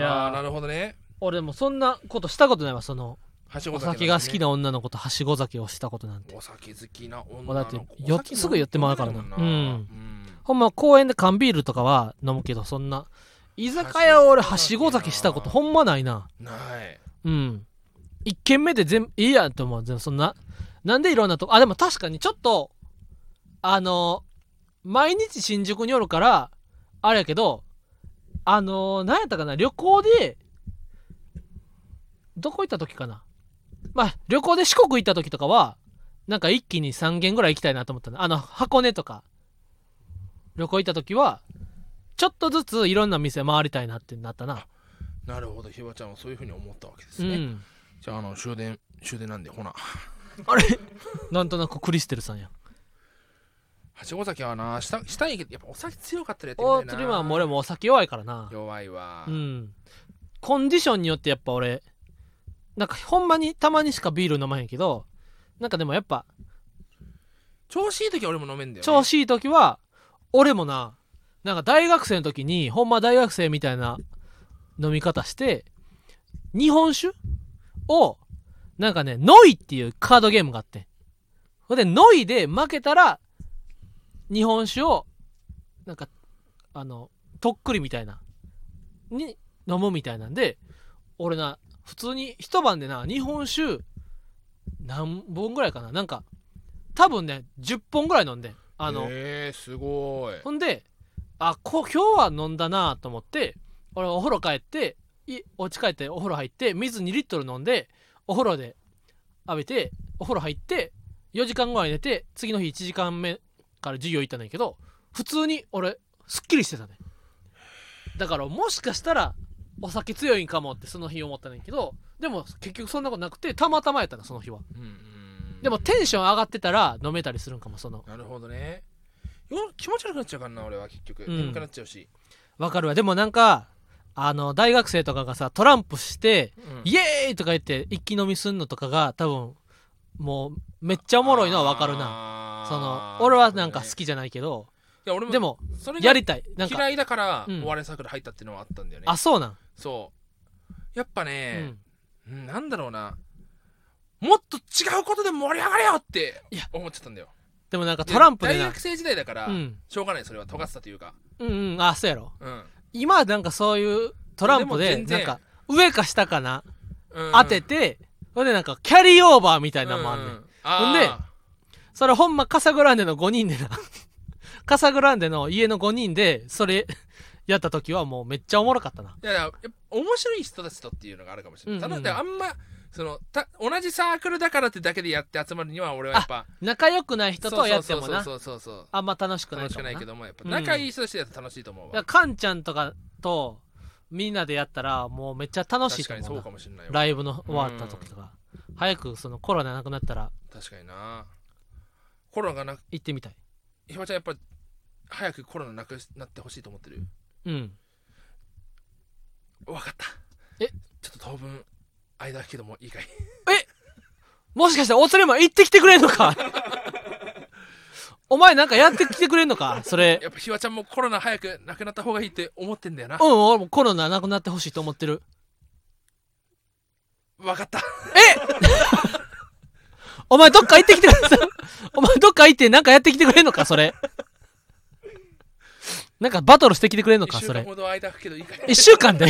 Speaker 2: イああな
Speaker 1: やー
Speaker 2: るほどね
Speaker 1: 俺もそんなことしたことないわその
Speaker 2: はし
Speaker 1: お
Speaker 2: ご
Speaker 1: 酒が好きな女の子とはしご酒をしたことなんて
Speaker 2: お酒好きな女
Speaker 1: も
Speaker 2: の子
Speaker 1: うだって
Speaker 2: お酒
Speaker 1: よ
Speaker 2: 飲む
Speaker 1: すぐ寄ってまうからな
Speaker 2: 飲んで
Speaker 1: う
Speaker 2: る
Speaker 1: ん
Speaker 2: もん
Speaker 1: ほんま公園で缶ビールとかは飲むけどそんな居酒屋を俺は
Speaker 2: は
Speaker 1: し
Speaker 2: し
Speaker 1: ご
Speaker 2: ご
Speaker 1: 酒
Speaker 2: 酒
Speaker 1: したことほんまないな
Speaker 2: うんない
Speaker 1: うん一軒目で全いいやんって思うでもそんななんでいろんなとこあでも確かにちょっとあの毎日新宿におるからあれやけどあのなんやったかな旅行でどこ行った時かなまあ旅行で四国行った時とかはなんか一気に3軒ぐらい行きたいなと思ったのあの箱根とか旅行行った時はちょっとずついろんな店回りたいなってなったな、
Speaker 2: なるほどひばちゃんはそういうふうに思ったわけです
Speaker 1: う
Speaker 2: ね、
Speaker 1: ん
Speaker 2: じゃああの終電終電なんでほな
Speaker 1: あれなんとなくクリステルさんや。
Speaker 2: はしご酒はなしたしたいけどやっぱお酒強かったらやってみ
Speaker 1: オ
Speaker 2: たい
Speaker 1: ー
Speaker 2: な
Speaker 1: トリマンも俺もお酒弱いからな。
Speaker 2: 弱いわ、
Speaker 1: うん。コンディションによってやっぱ俺、なんかほんまにたまにしかビール飲まへんけど、なんかでもやっぱ
Speaker 2: 調子いい時は俺も飲めんだよ、ね、
Speaker 1: 調子いい時は、俺もな、なんか大学生の時にほんま大学生みたいな飲み方して、日本酒を、なんかね、ノイっていうカードゲームがあって。ほんで、ノイで負けたら、日本酒を、なんか、あの、とっくりみたいな、に飲むみたいなんで、俺な、普通に一晩でな、日本酒、何本ぐらいかななんか、多分ね、10本ぐらい飲んでん。あの、
Speaker 2: えー、すごい
Speaker 1: ほんで、あ、こ今日は飲んだなと思って、俺お風呂帰って、いお家帰ってお風呂入って、水2リットル飲んで、お風呂で浴びて、お風呂入って、4時間ぐらい寝て、次の日1時間目から授業行ったんだけど、普通に俺、すっきりしてたね。だからもしかしたら、お酒強いんかもってその日思ったんだけど、でも結局そんなことなくて、たまたまやったな、その日は。
Speaker 2: うんうん
Speaker 1: でもテンション上がってたら飲めたりするんかも、その。
Speaker 2: なるほどねよ気持ち悪くなっちゃうからな俺は結局、
Speaker 1: うん
Speaker 2: 眠くなっちゃうし、
Speaker 1: わかるわでもなんかあの大学生とかがさトランプして
Speaker 2: うん
Speaker 1: 「イエーイ!」とか言って一気飲みすんのとかが多分もうめっちゃおもろいのはわかるな
Speaker 2: な
Speaker 1: その俺はなんか好きじゃないけど
Speaker 2: いや俺も
Speaker 1: でも
Speaker 2: それが
Speaker 1: やりたいなんか
Speaker 2: 嫌いだから、
Speaker 1: うん
Speaker 2: お笑いサークル入ったっていうのはあったんだよね
Speaker 1: あそうなん、
Speaker 2: そうやっぱ
Speaker 1: う
Speaker 2: ね、
Speaker 1: ん、
Speaker 2: うんなんだろうなもっと違うことで盛り上がれよって
Speaker 1: いや
Speaker 2: 思っちゃったんだよ
Speaker 1: でもなんか
Speaker 2: で
Speaker 1: トランプで
Speaker 2: 大
Speaker 1: な
Speaker 2: 学生時代だから、
Speaker 1: うん
Speaker 2: しょうがないそれは尖ってたというか、
Speaker 1: うんうんあそうやろ
Speaker 2: うん
Speaker 1: 今はなんかそういうトランプ
Speaker 2: で
Speaker 1: で
Speaker 2: も全然
Speaker 1: なんか上か下かな
Speaker 2: うん
Speaker 1: 当ててそれでなんかキャリーオーバーみたいなのもあんねん
Speaker 2: うあー
Speaker 1: ほんでそれほんまカサグランデの5人でな <laughs> カサグランデの家の5人でそれやった時はもうめっちゃおもろかったない
Speaker 2: やいややっぱ面白い人たちとっていうのがあるかもしれない、
Speaker 1: うんうんうん
Speaker 2: ただあんまそのた同じサークルだからってだけでやって集まるには俺はやっぱ
Speaker 1: 仲良くない人とやってもな
Speaker 2: そうそうそうそうそう
Speaker 1: あんま楽しくない
Speaker 2: 楽
Speaker 1: か
Speaker 2: しく
Speaker 1: もな
Speaker 2: ないけ
Speaker 1: だか
Speaker 2: どもやっぱ
Speaker 1: うん
Speaker 2: 仲いい人たちでやると楽しいと思うわ、
Speaker 1: らカンちゃんとかとみんなでやったらもうめっちゃ楽しい
Speaker 2: 確
Speaker 1: と
Speaker 2: かに
Speaker 1: 思
Speaker 2: そうう
Speaker 1: な
Speaker 2: かもしれないわ
Speaker 1: ライブの終わった時とか早くそのコロナなくなったら
Speaker 2: 確かになコロナがな
Speaker 1: 行ってみたい
Speaker 2: ひばちゃんやっぱ早くコロナなくなってほしいと思ってる
Speaker 1: うん
Speaker 2: わかった
Speaker 1: え
Speaker 2: ちょっと当分間空くけどもいいかい <laughs>
Speaker 1: もしかしたらお釣りも行ってきてくれんの
Speaker 2: <laughs>
Speaker 1: かお前なんかやってきてくれんのかそれ
Speaker 2: やっぱひばちゃんもコロナ早くなくなった方がいいって思ってんだよな
Speaker 1: うん俺もコロナなくなってほしいと思ってる
Speaker 2: わかった
Speaker 1: お前どっか行ってきてください。お前どっ書いてなんかやってきてくれんのかそれなんかバトルしてきてくれんのか
Speaker 2: 一週
Speaker 1: そ
Speaker 2: 間
Speaker 1: れ
Speaker 2: ほど間空くけどいいかい
Speaker 1: 1週間で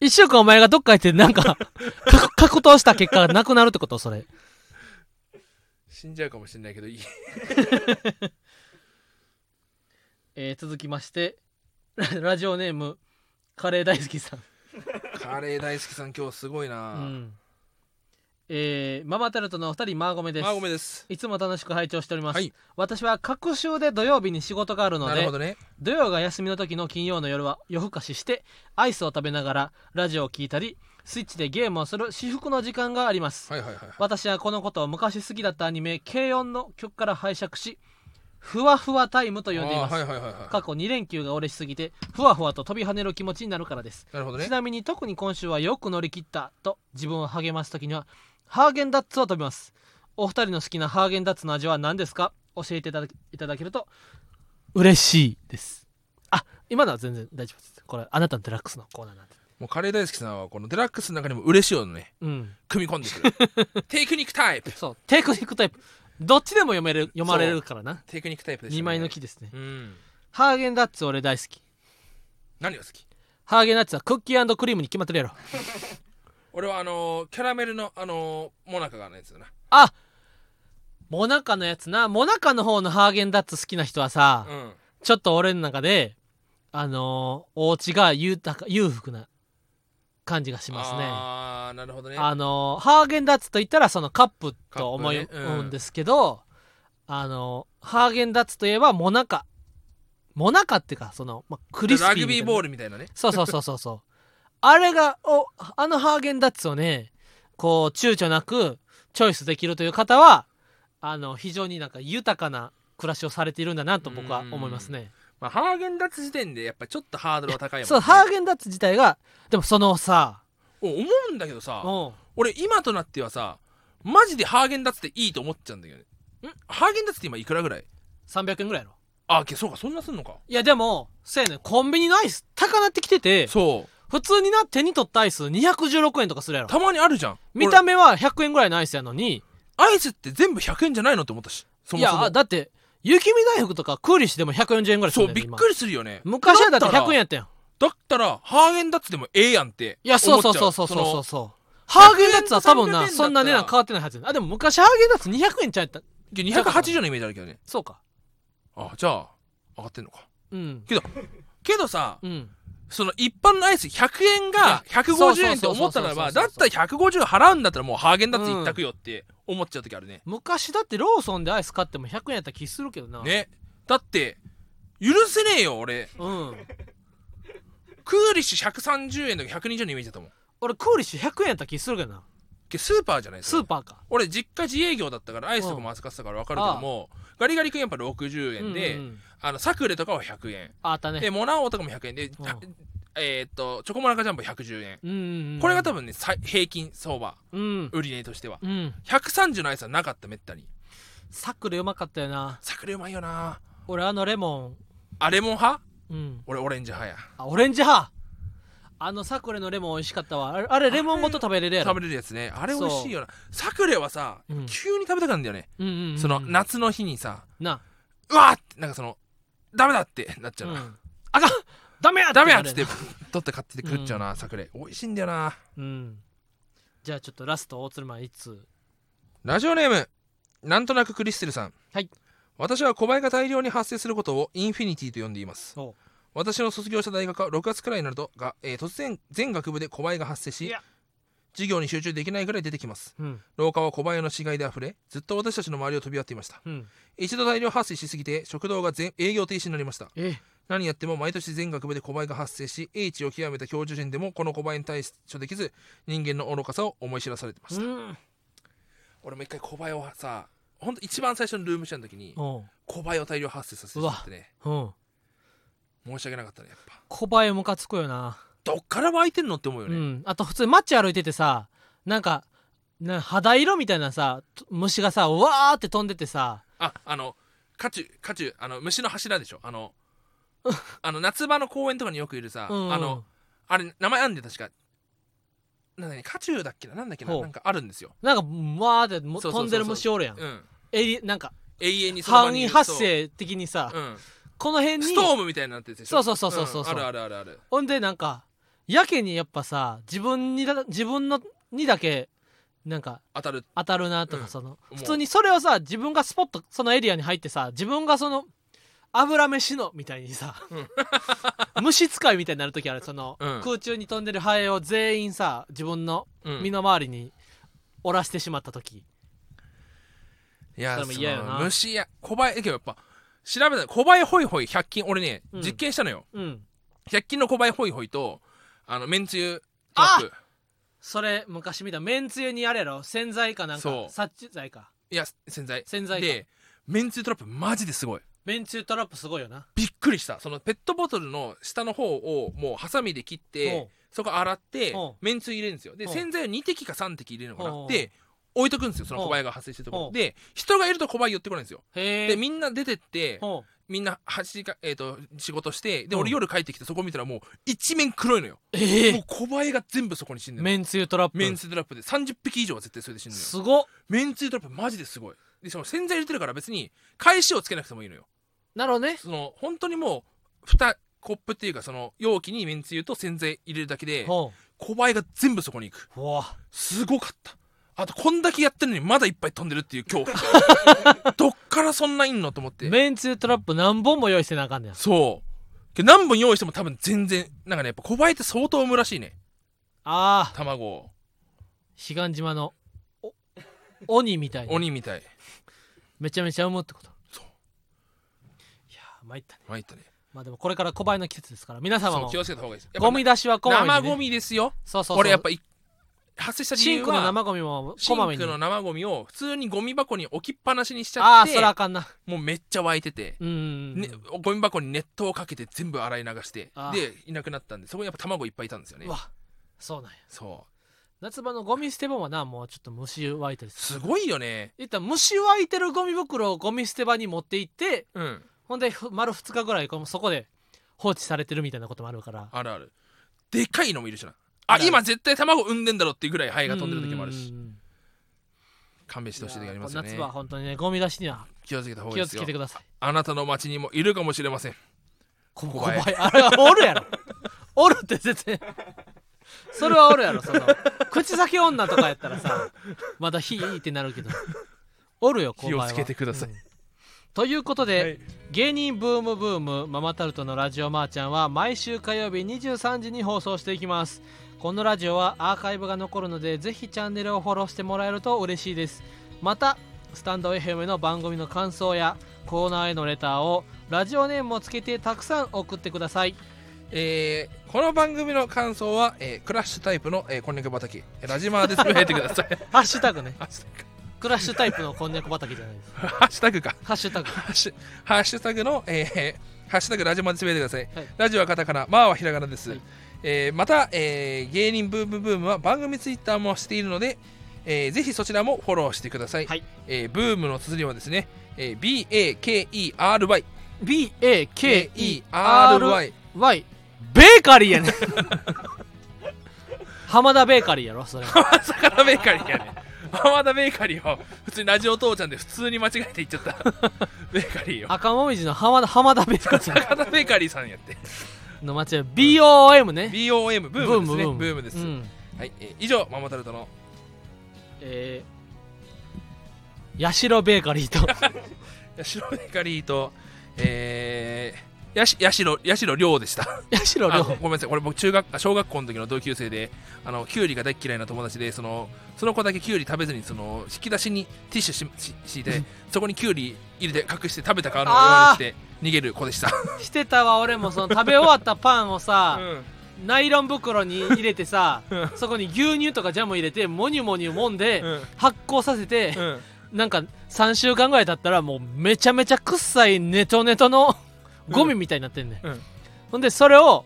Speaker 1: 1週間お前がどっか行ってなんかか格闘した結果がなくなるってことそれ
Speaker 2: 死んじゃうかもしれないけどいい
Speaker 1: えー続きましてララジオネームカレー大好きさん、
Speaker 2: カレー大好きさん今日すごいな、
Speaker 1: うんえーママタルトのお二人マーゴメです
Speaker 2: まあごめんです
Speaker 1: いつも楽しく拝聴しております、
Speaker 2: はい
Speaker 1: 私は各週で土曜日に仕事があるの
Speaker 2: なる
Speaker 1: で
Speaker 2: ほどね
Speaker 1: 土曜が休みの時の金曜の夜は夜更かししてアイスを食べながらラジオを聞いたりスイッチでゲームをする至福の時間があります、
Speaker 2: はいはいはいはい
Speaker 1: 私はこのことを昔好きだったアニメ「軽音」の曲から拝借し「ふわふわタイム」と呼んでいます、
Speaker 2: あーはいはいはいは
Speaker 1: 過去2連休が嬉しすぎてふわふわと飛び跳ねる気持ちになるからです、
Speaker 2: いなるほどね
Speaker 1: ちなみに特に今週はよく乗り切ったと自分を励ます時にはハーゲンダッツを食べますお二人の好きなハーゲンダッツの味は何ですか教えていただけいただけると嬉しいですあ今のは全然大丈夫ですこれあなたのデラックスのコーナーなんで
Speaker 2: もうカレー大好きさんはこのデラックスの中にも嬉しいをね
Speaker 1: うん
Speaker 2: 組み込んでく
Speaker 1: <laughs>
Speaker 2: るテクニックタイプ
Speaker 1: そうテクニックタイプどっちでも読める読まれるからな
Speaker 2: テクニックタイプです、ね、
Speaker 1: 2枚抜きですね
Speaker 2: うん
Speaker 1: ハーゲンダッツ俺大好き
Speaker 2: 何が好き
Speaker 1: ハーゲンダッツはクッキークリームに決まってるやろ
Speaker 2: 俺はあのーキャラメルのあのーモナカがのやつだな
Speaker 1: あモナカのやつなモナカの方のハーゲンダッツ好きな人はさ、
Speaker 2: うん
Speaker 1: ちょっと俺の中であのーお家が豊か裕福な感じがしますねあ
Speaker 2: ああなるほどね
Speaker 1: のーハーゲンダッツといったらそのカップ
Speaker 2: カップね
Speaker 1: と思い、
Speaker 2: うん
Speaker 1: うんですけどあのーハーゲンダッツといえばモナカモナカっていうかその、ま、クリスピー
Speaker 2: ラグビーボー
Speaker 1: ル
Speaker 2: ルみたいなね
Speaker 1: そうそうそうそうそうあれがおあのハーゲンダッツをねこう躊躇なくチョイスできるという方はあの非常になんか豊かな暮らしをされているんだなと僕は思いますね
Speaker 2: まあ、ハーゲンダッツ時点でやっぱちょっとハードルは高いもん、ね、
Speaker 1: そうハーゲンダッツ自体がでもそのさ
Speaker 2: お思うんだけどさ
Speaker 1: うん
Speaker 2: 俺今となってはさマジでハーゲンダッツっていいと思っちゃうんだけどねんハーゲンダッツって今いくらぐらい
Speaker 1: 300円ぐらいやろ
Speaker 2: あけそうかそんなすんのか
Speaker 1: いやでもせやねんコンビニのアイス高なってきてて
Speaker 2: そう
Speaker 1: 普通にな手に取ったアイス216円とかするやろ
Speaker 2: たまにあるじゃん
Speaker 1: 見た目は100円ぐらいのアイスやのに
Speaker 2: 俺アイスって全部100円じゃないのって思ったしそもそ
Speaker 1: い
Speaker 2: も
Speaker 1: やだって雪見大福とかクーリッシュでも140円ぐらいす
Speaker 2: そ
Speaker 1: る
Speaker 2: うんびっくりするよね
Speaker 1: 昔はだって
Speaker 2: だったら
Speaker 1: 100円やったやん
Speaker 2: だったらハーゲンダッツでもええやんって
Speaker 1: いやそうそうそうそうそうそうそうハーゲンダッツは多分なそんな値段変わってないはずやんあでも昔ハーゲンダッツ200円ちゃうやった
Speaker 2: う280のイメージあるけどね
Speaker 1: そうか
Speaker 2: あじゃあ上がってんのか
Speaker 1: うん
Speaker 2: けどさ
Speaker 1: うん
Speaker 2: その一般のアイス100円が150円って思ったならば
Speaker 1: そう
Speaker 2: だ
Speaker 1: そう
Speaker 2: っ
Speaker 1: そうそうそう
Speaker 2: たら150払うんだったらもうハーゲンダッツ一択よって思っちゃう時あるね、
Speaker 1: 昔だってローソンでアイス買っても100円やった気するけどな
Speaker 2: ねだって許せねえよ俺
Speaker 1: うん
Speaker 2: クーリッシュ130円とか120円のイメージだと思う
Speaker 1: 俺クーリッシュ100円やった気するけどな
Speaker 2: けスーパーじゃないです
Speaker 1: ス
Speaker 2: か
Speaker 1: ーパーか
Speaker 2: 俺実家自営業だったからアイスとかも扱ってたから分かるけども、ガリガリ君やっぱ60円で、
Speaker 1: うんうん
Speaker 2: あのサクレとかは100円
Speaker 1: あった
Speaker 2: で
Speaker 1: ね
Speaker 2: モナオとかも100円で、
Speaker 1: ん
Speaker 2: あえーっとチョコモナカジャンボ110円、
Speaker 1: うんうんうん
Speaker 2: これが多分ねさ平均相場
Speaker 1: うん
Speaker 2: 売り値としては
Speaker 1: うん
Speaker 2: 130のアイスはなかっためったに
Speaker 1: サクレうまかったよな
Speaker 2: サクレうまいよな
Speaker 1: 俺あのレモ
Speaker 2: あレモン派
Speaker 1: ンうん
Speaker 2: 俺オレンジ派や
Speaker 1: あオレンジ派あのサクレのレモン美味しかったわあれあれレモンごと食べれるやろ
Speaker 2: 食べれるやつねあれ美味しいよなサクレはさ、
Speaker 1: うん
Speaker 2: 急に食べたくなるんだよね、
Speaker 1: うんうんうん
Speaker 2: その夏の日にさ
Speaker 1: な
Speaker 2: うわーってなんかそのダメだってなっちゃ
Speaker 1: う
Speaker 2: うな、
Speaker 1: んあかんダメや
Speaker 2: ダメやっつっ
Speaker 1: な
Speaker 2: て
Speaker 1: る
Speaker 2: 取って買って食っちゃうな、サクレ美味しいんだよな
Speaker 1: うんじゃあちょっとラスト大鶴間いつ
Speaker 2: ラジオネームなんとなくクリステルさん
Speaker 1: はい
Speaker 2: 私は小林が大量に発生することをインフィニティと呼んでいます
Speaker 1: そ
Speaker 2: 私の卒業した大学は6月くらいになるとが、えー突然全学部で小林が発生
Speaker 1: い
Speaker 2: し
Speaker 1: や
Speaker 2: 授業に集中できないくらい出てきます
Speaker 1: ううん
Speaker 2: 廊下は小林の死骸であふれずっと私たちの周りを飛び合っていました
Speaker 1: うん
Speaker 2: 一度大量発生しすぎて食堂が全営業停止になりました
Speaker 1: え
Speaker 2: 何やっても毎年全学部で小林が発生し英知を極めた教授陣でもこの小林に対処できず人間の愚かさを思い知らされてま
Speaker 1: う
Speaker 2: した、
Speaker 1: ん
Speaker 2: 俺も一回小林をさほんと一番最初のルームシェアの時に
Speaker 1: おう
Speaker 2: 小林を大量発生させてしまってね
Speaker 1: うん
Speaker 2: 申し訳なかったねやっぱ
Speaker 1: 小林ムカつくよな
Speaker 2: どっから湧いてんのって思うよ
Speaker 1: う
Speaker 2: ね、
Speaker 1: ん、あと普通に街歩いててさなんかな肌色みたいなさと虫がさうわーって飛んでてさ
Speaker 2: ああのカチュカチュあの虫の柱でしょあのあの夏場の公園とかによくいるさ、
Speaker 1: うんうん
Speaker 2: あのあれ名前あんで確かなんだねカチュウだっけななんだっけな
Speaker 1: ほう
Speaker 2: なんかあるんですよ
Speaker 1: なんかうわーっても
Speaker 2: そうそうそうそう
Speaker 1: 飛んでる虫おるやん
Speaker 2: うん
Speaker 1: エリなんか
Speaker 2: 永遠にその場
Speaker 1: 範
Speaker 2: にい
Speaker 1: 囲
Speaker 2: る
Speaker 1: 発生的にさ、
Speaker 2: そう、うん、
Speaker 1: この辺に
Speaker 2: ストームみたいになってるでしょ
Speaker 1: そうそうそうそうそうん
Speaker 2: あるあるあるある
Speaker 1: ほんでなんかやけにやっぱさ自分にだ自分のにだけなんか
Speaker 2: 当たる
Speaker 1: 当たるなと
Speaker 2: う
Speaker 1: か
Speaker 2: ん
Speaker 1: その、
Speaker 2: う
Speaker 1: 普通にそれをさ自分がスポッとそのエリアに入ってさ自分がその油飯のみたいにさ、 <laughs> 虫使いみたいになる時あるその、
Speaker 2: うん
Speaker 1: 空中に飛んでるハエを全員さ自分の
Speaker 2: うん
Speaker 1: 身の回りに折らしてしまった時、
Speaker 2: いや
Speaker 1: それも嫌よな
Speaker 2: その虫や小林えけどやっぱ調べた小林ホイホイ100均俺ね、
Speaker 1: うん
Speaker 2: 実験したのよ
Speaker 1: うん
Speaker 2: 100均の小林ホイホイとあのめんつゆトラップ
Speaker 1: それ昔見ためんつゆにあれやろ洗剤かなん
Speaker 2: そ
Speaker 1: か
Speaker 2: う
Speaker 1: 殺虫剤か
Speaker 2: いや洗剤
Speaker 1: 洗剤か
Speaker 2: でめんつゆトラップマジですごい
Speaker 1: めんつゆトラップすごいよな
Speaker 2: びっくりしたそのペットボトルの下の方をもうハサミで切ってそこ洗って
Speaker 1: おう
Speaker 2: めんつゆ入れるんですよで
Speaker 1: おう
Speaker 2: 洗剤を2滴か3滴入れるのか
Speaker 1: おうお
Speaker 2: な
Speaker 1: う
Speaker 2: で置いとくんですよその小林が発生してるとこ
Speaker 1: お
Speaker 2: ろ
Speaker 1: う
Speaker 2: で人がいると小林寄ってこないんですよ
Speaker 1: へえ
Speaker 2: でみんな出てって
Speaker 1: ほう
Speaker 2: みんな走りか、えー、と仕事してで
Speaker 1: うん
Speaker 2: 俺夜帰ってきてそこ見たらもう一面黒いのよ
Speaker 1: え
Speaker 2: も
Speaker 1: え
Speaker 2: う小林が全部そこに死んでる
Speaker 1: めんつゆトラップ
Speaker 2: メンツートラップで30匹以上は絶対それで死んでる
Speaker 1: すごっ
Speaker 2: メンツートラップマジですごいでしかも洗剤入れてるから別に返しをつけなくてもいいのよ
Speaker 1: なるほどね
Speaker 2: その本当にもう蓋コップっていうかその容器にめんつゆと洗剤入れるだけで
Speaker 1: ほ
Speaker 2: 小林が全部そこに行く
Speaker 1: ううわ
Speaker 2: すごかったあとこんだけやってるのにまだいっぱい飛んでるっていう恐怖どっからそんないんのと思って
Speaker 1: メンツトラップ何本も用意してなあかんねや
Speaker 2: そうけど何本用意しても多分全然なんかねやっぱ小林って相当産むらしいね
Speaker 1: ああ
Speaker 2: 卵を
Speaker 1: 彼岸島のお鬼みたいに
Speaker 2: 鬼みたい
Speaker 1: めちゃめちゃ産むってこと
Speaker 2: そう
Speaker 1: いやー参ったね
Speaker 2: 参ったね
Speaker 1: まあでもこれから小林の季節ですから皆様
Speaker 2: そう
Speaker 1: も
Speaker 2: 気をつけた方がいいですやっぱ
Speaker 1: ゴミ出しはこまめに、ね、
Speaker 2: 生ゴミですよ
Speaker 1: そうそうそう
Speaker 2: これやっぱい発生した理
Speaker 1: シ
Speaker 2: 由
Speaker 1: ンクの
Speaker 2: は
Speaker 1: 生ゴミも
Speaker 2: シ
Speaker 1: こまめ
Speaker 2: ン
Speaker 1: に
Speaker 2: クの生ゴミを普通にゴミ箱に置きっぱなしにしち
Speaker 1: あ
Speaker 2: ゃ
Speaker 1: あ
Speaker 2: って
Speaker 1: そらあかんな
Speaker 2: もうめっちゃ湧いてて、
Speaker 1: うんうんうん、
Speaker 2: ね、ゴミ箱に熱湯をかけて全部洗い流して
Speaker 1: あー
Speaker 2: でいなくなったんでそこにやっぱ卵いっぱいいたんですよね
Speaker 1: うわそうなんや
Speaker 2: そう
Speaker 1: 夏場のゴミ捨て場はなもうちょっと虫湧いたりする
Speaker 2: すごいよね
Speaker 1: いったら虫湧いてるゴミ袋をゴミ捨て場に持って行って
Speaker 2: うん
Speaker 1: ほんでふ丸2日ぐらいこうそこで放置されてるみたいなこともあるから
Speaker 2: あるあるでかいのもいるしな
Speaker 1: あ
Speaker 2: あ
Speaker 1: るある
Speaker 2: 今絶対卵産んでんだろっていうぐらいハエが飛んでる時もある
Speaker 1: う
Speaker 2: し
Speaker 1: んうんうん
Speaker 2: 勘弁してほしい時ありますよ
Speaker 1: いやこう夏
Speaker 2: ね
Speaker 1: 場は本当にねゴミ出しには
Speaker 2: 気をつけた方がい
Speaker 1: 気
Speaker 2: い
Speaker 1: を
Speaker 2: で
Speaker 1: つ
Speaker 2: すよ
Speaker 1: けてください
Speaker 2: あなたの町にもいるかもしれません
Speaker 1: 小
Speaker 2: 小
Speaker 1: 林
Speaker 2: 林
Speaker 1: あれはおるやろ <laughs> おるって絶対それはおるやろその口先女とかやったらさまだひいってなるけどおるよ小林は
Speaker 2: 気をつけてください
Speaker 1: <laughs> ということで、
Speaker 2: はい
Speaker 1: 芸人ブームブームママタルトのラジオマーちゃんは毎週火曜日23時に放送していきますこのラジオはアーカイブが残るのでぜひチャンネルをフォローしてもらえると嬉しいですまたスタンド FM の番組の感想やコーナーへのレターをラジオネームをつけてたくさん送ってください
Speaker 2: えーこの番組の感想は、えークラッシュタイプの、えーこんにゃく畑ラジマーでつぶやいてく
Speaker 1: <laughs>
Speaker 2: ださい
Speaker 1: ハッシュタグね
Speaker 2: ハッシュタ
Speaker 1: クラッシュタイプのこんにゃく畑じゃないです
Speaker 2: グハッシュタグか
Speaker 1: ハッシュタグ
Speaker 2: ハッシュハッシュタグの、えーハッシュタグラジマーでつぶやいてください、
Speaker 1: はい
Speaker 2: ラジオはカタカナマーはひらがなです、
Speaker 1: はい
Speaker 2: えーまた、えー芸人ブームブームは番組ツイッターもしているので、えーぜひそちらもフォローしてください、
Speaker 1: はい
Speaker 2: えーブームの綴りはですね、えー BAKERY
Speaker 1: BAKERY ベーカリーや
Speaker 2: <laughs>
Speaker 1: ねん浜田ベーカリーやろそれ
Speaker 2: 魚ベーカリーやね浜田ベーカリーを普通にラジオ父ちゃんで普通に間違えて言っちゃったベーカリーを
Speaker 1: 赤もみじの浜田浜田ベーカリー
Speaker 2: 魚ベーカリーさんやって
Speaker 1: の間違い BOM ね
Speaker 2: BOM ブームですねブームです、
Speaker 1: うん
Speaker 2: はい、えー以上ママタルトの
Speaker 1: えー、ヤシロベーカリ
Speaker 2: <laughs>
Speaker 1: ーと
Speaker 2: ヤシロベーカリーとえー、やしヤシロヤシロ亮でした
Speaker 1: ヤシロ
Speaker 2: <laughs> あ
Speaker 1: 両
Speaker 2: の
Speaker 1: 方
Speaker 2: ごめんなさい俺僕中学あ小学校の時の同級生であのキュウリが大っ嫌いな友達でそのその子だけキュウリ食べずにその引き出しにティッシュしし敷いてそこにキュウリ入れて隠して食べたかのようにして逃げる子でした、
Speaker 1: してたわ俺もその食べ終わったパンをさ、
Speaker 2: うん
Speaker 1: ナイロン袋に入れてさ
Speaker 2: うん
Speaker 1: そこに牛乳とかジャム入れてモニュモニュ揉んで、
Speaker 2: うん
Speaker 1: 発酵させて、
Speaker 2: うん
Speaker 1: なんか3週間ぐらい経ったらもうめちゃめちゃ臭いネトネトのゴミみたいになってんね、
Speaker 2: うん
Speaker 1: ほんでそれを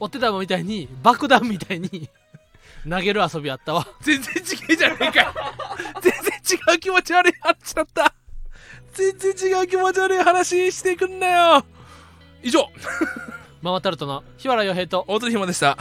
Speaker 1: お手玉みたいに爆弾みたいに投げる遊びあったわ
Speaker 2: 全然違うじゃねえかよ全然違う気持ち悪い話だった全然違う気持ち悪い話してくんなよ以上
Speaker 1: ママタルトの日原洋平と
Speaker 2: 大鳥ひまでした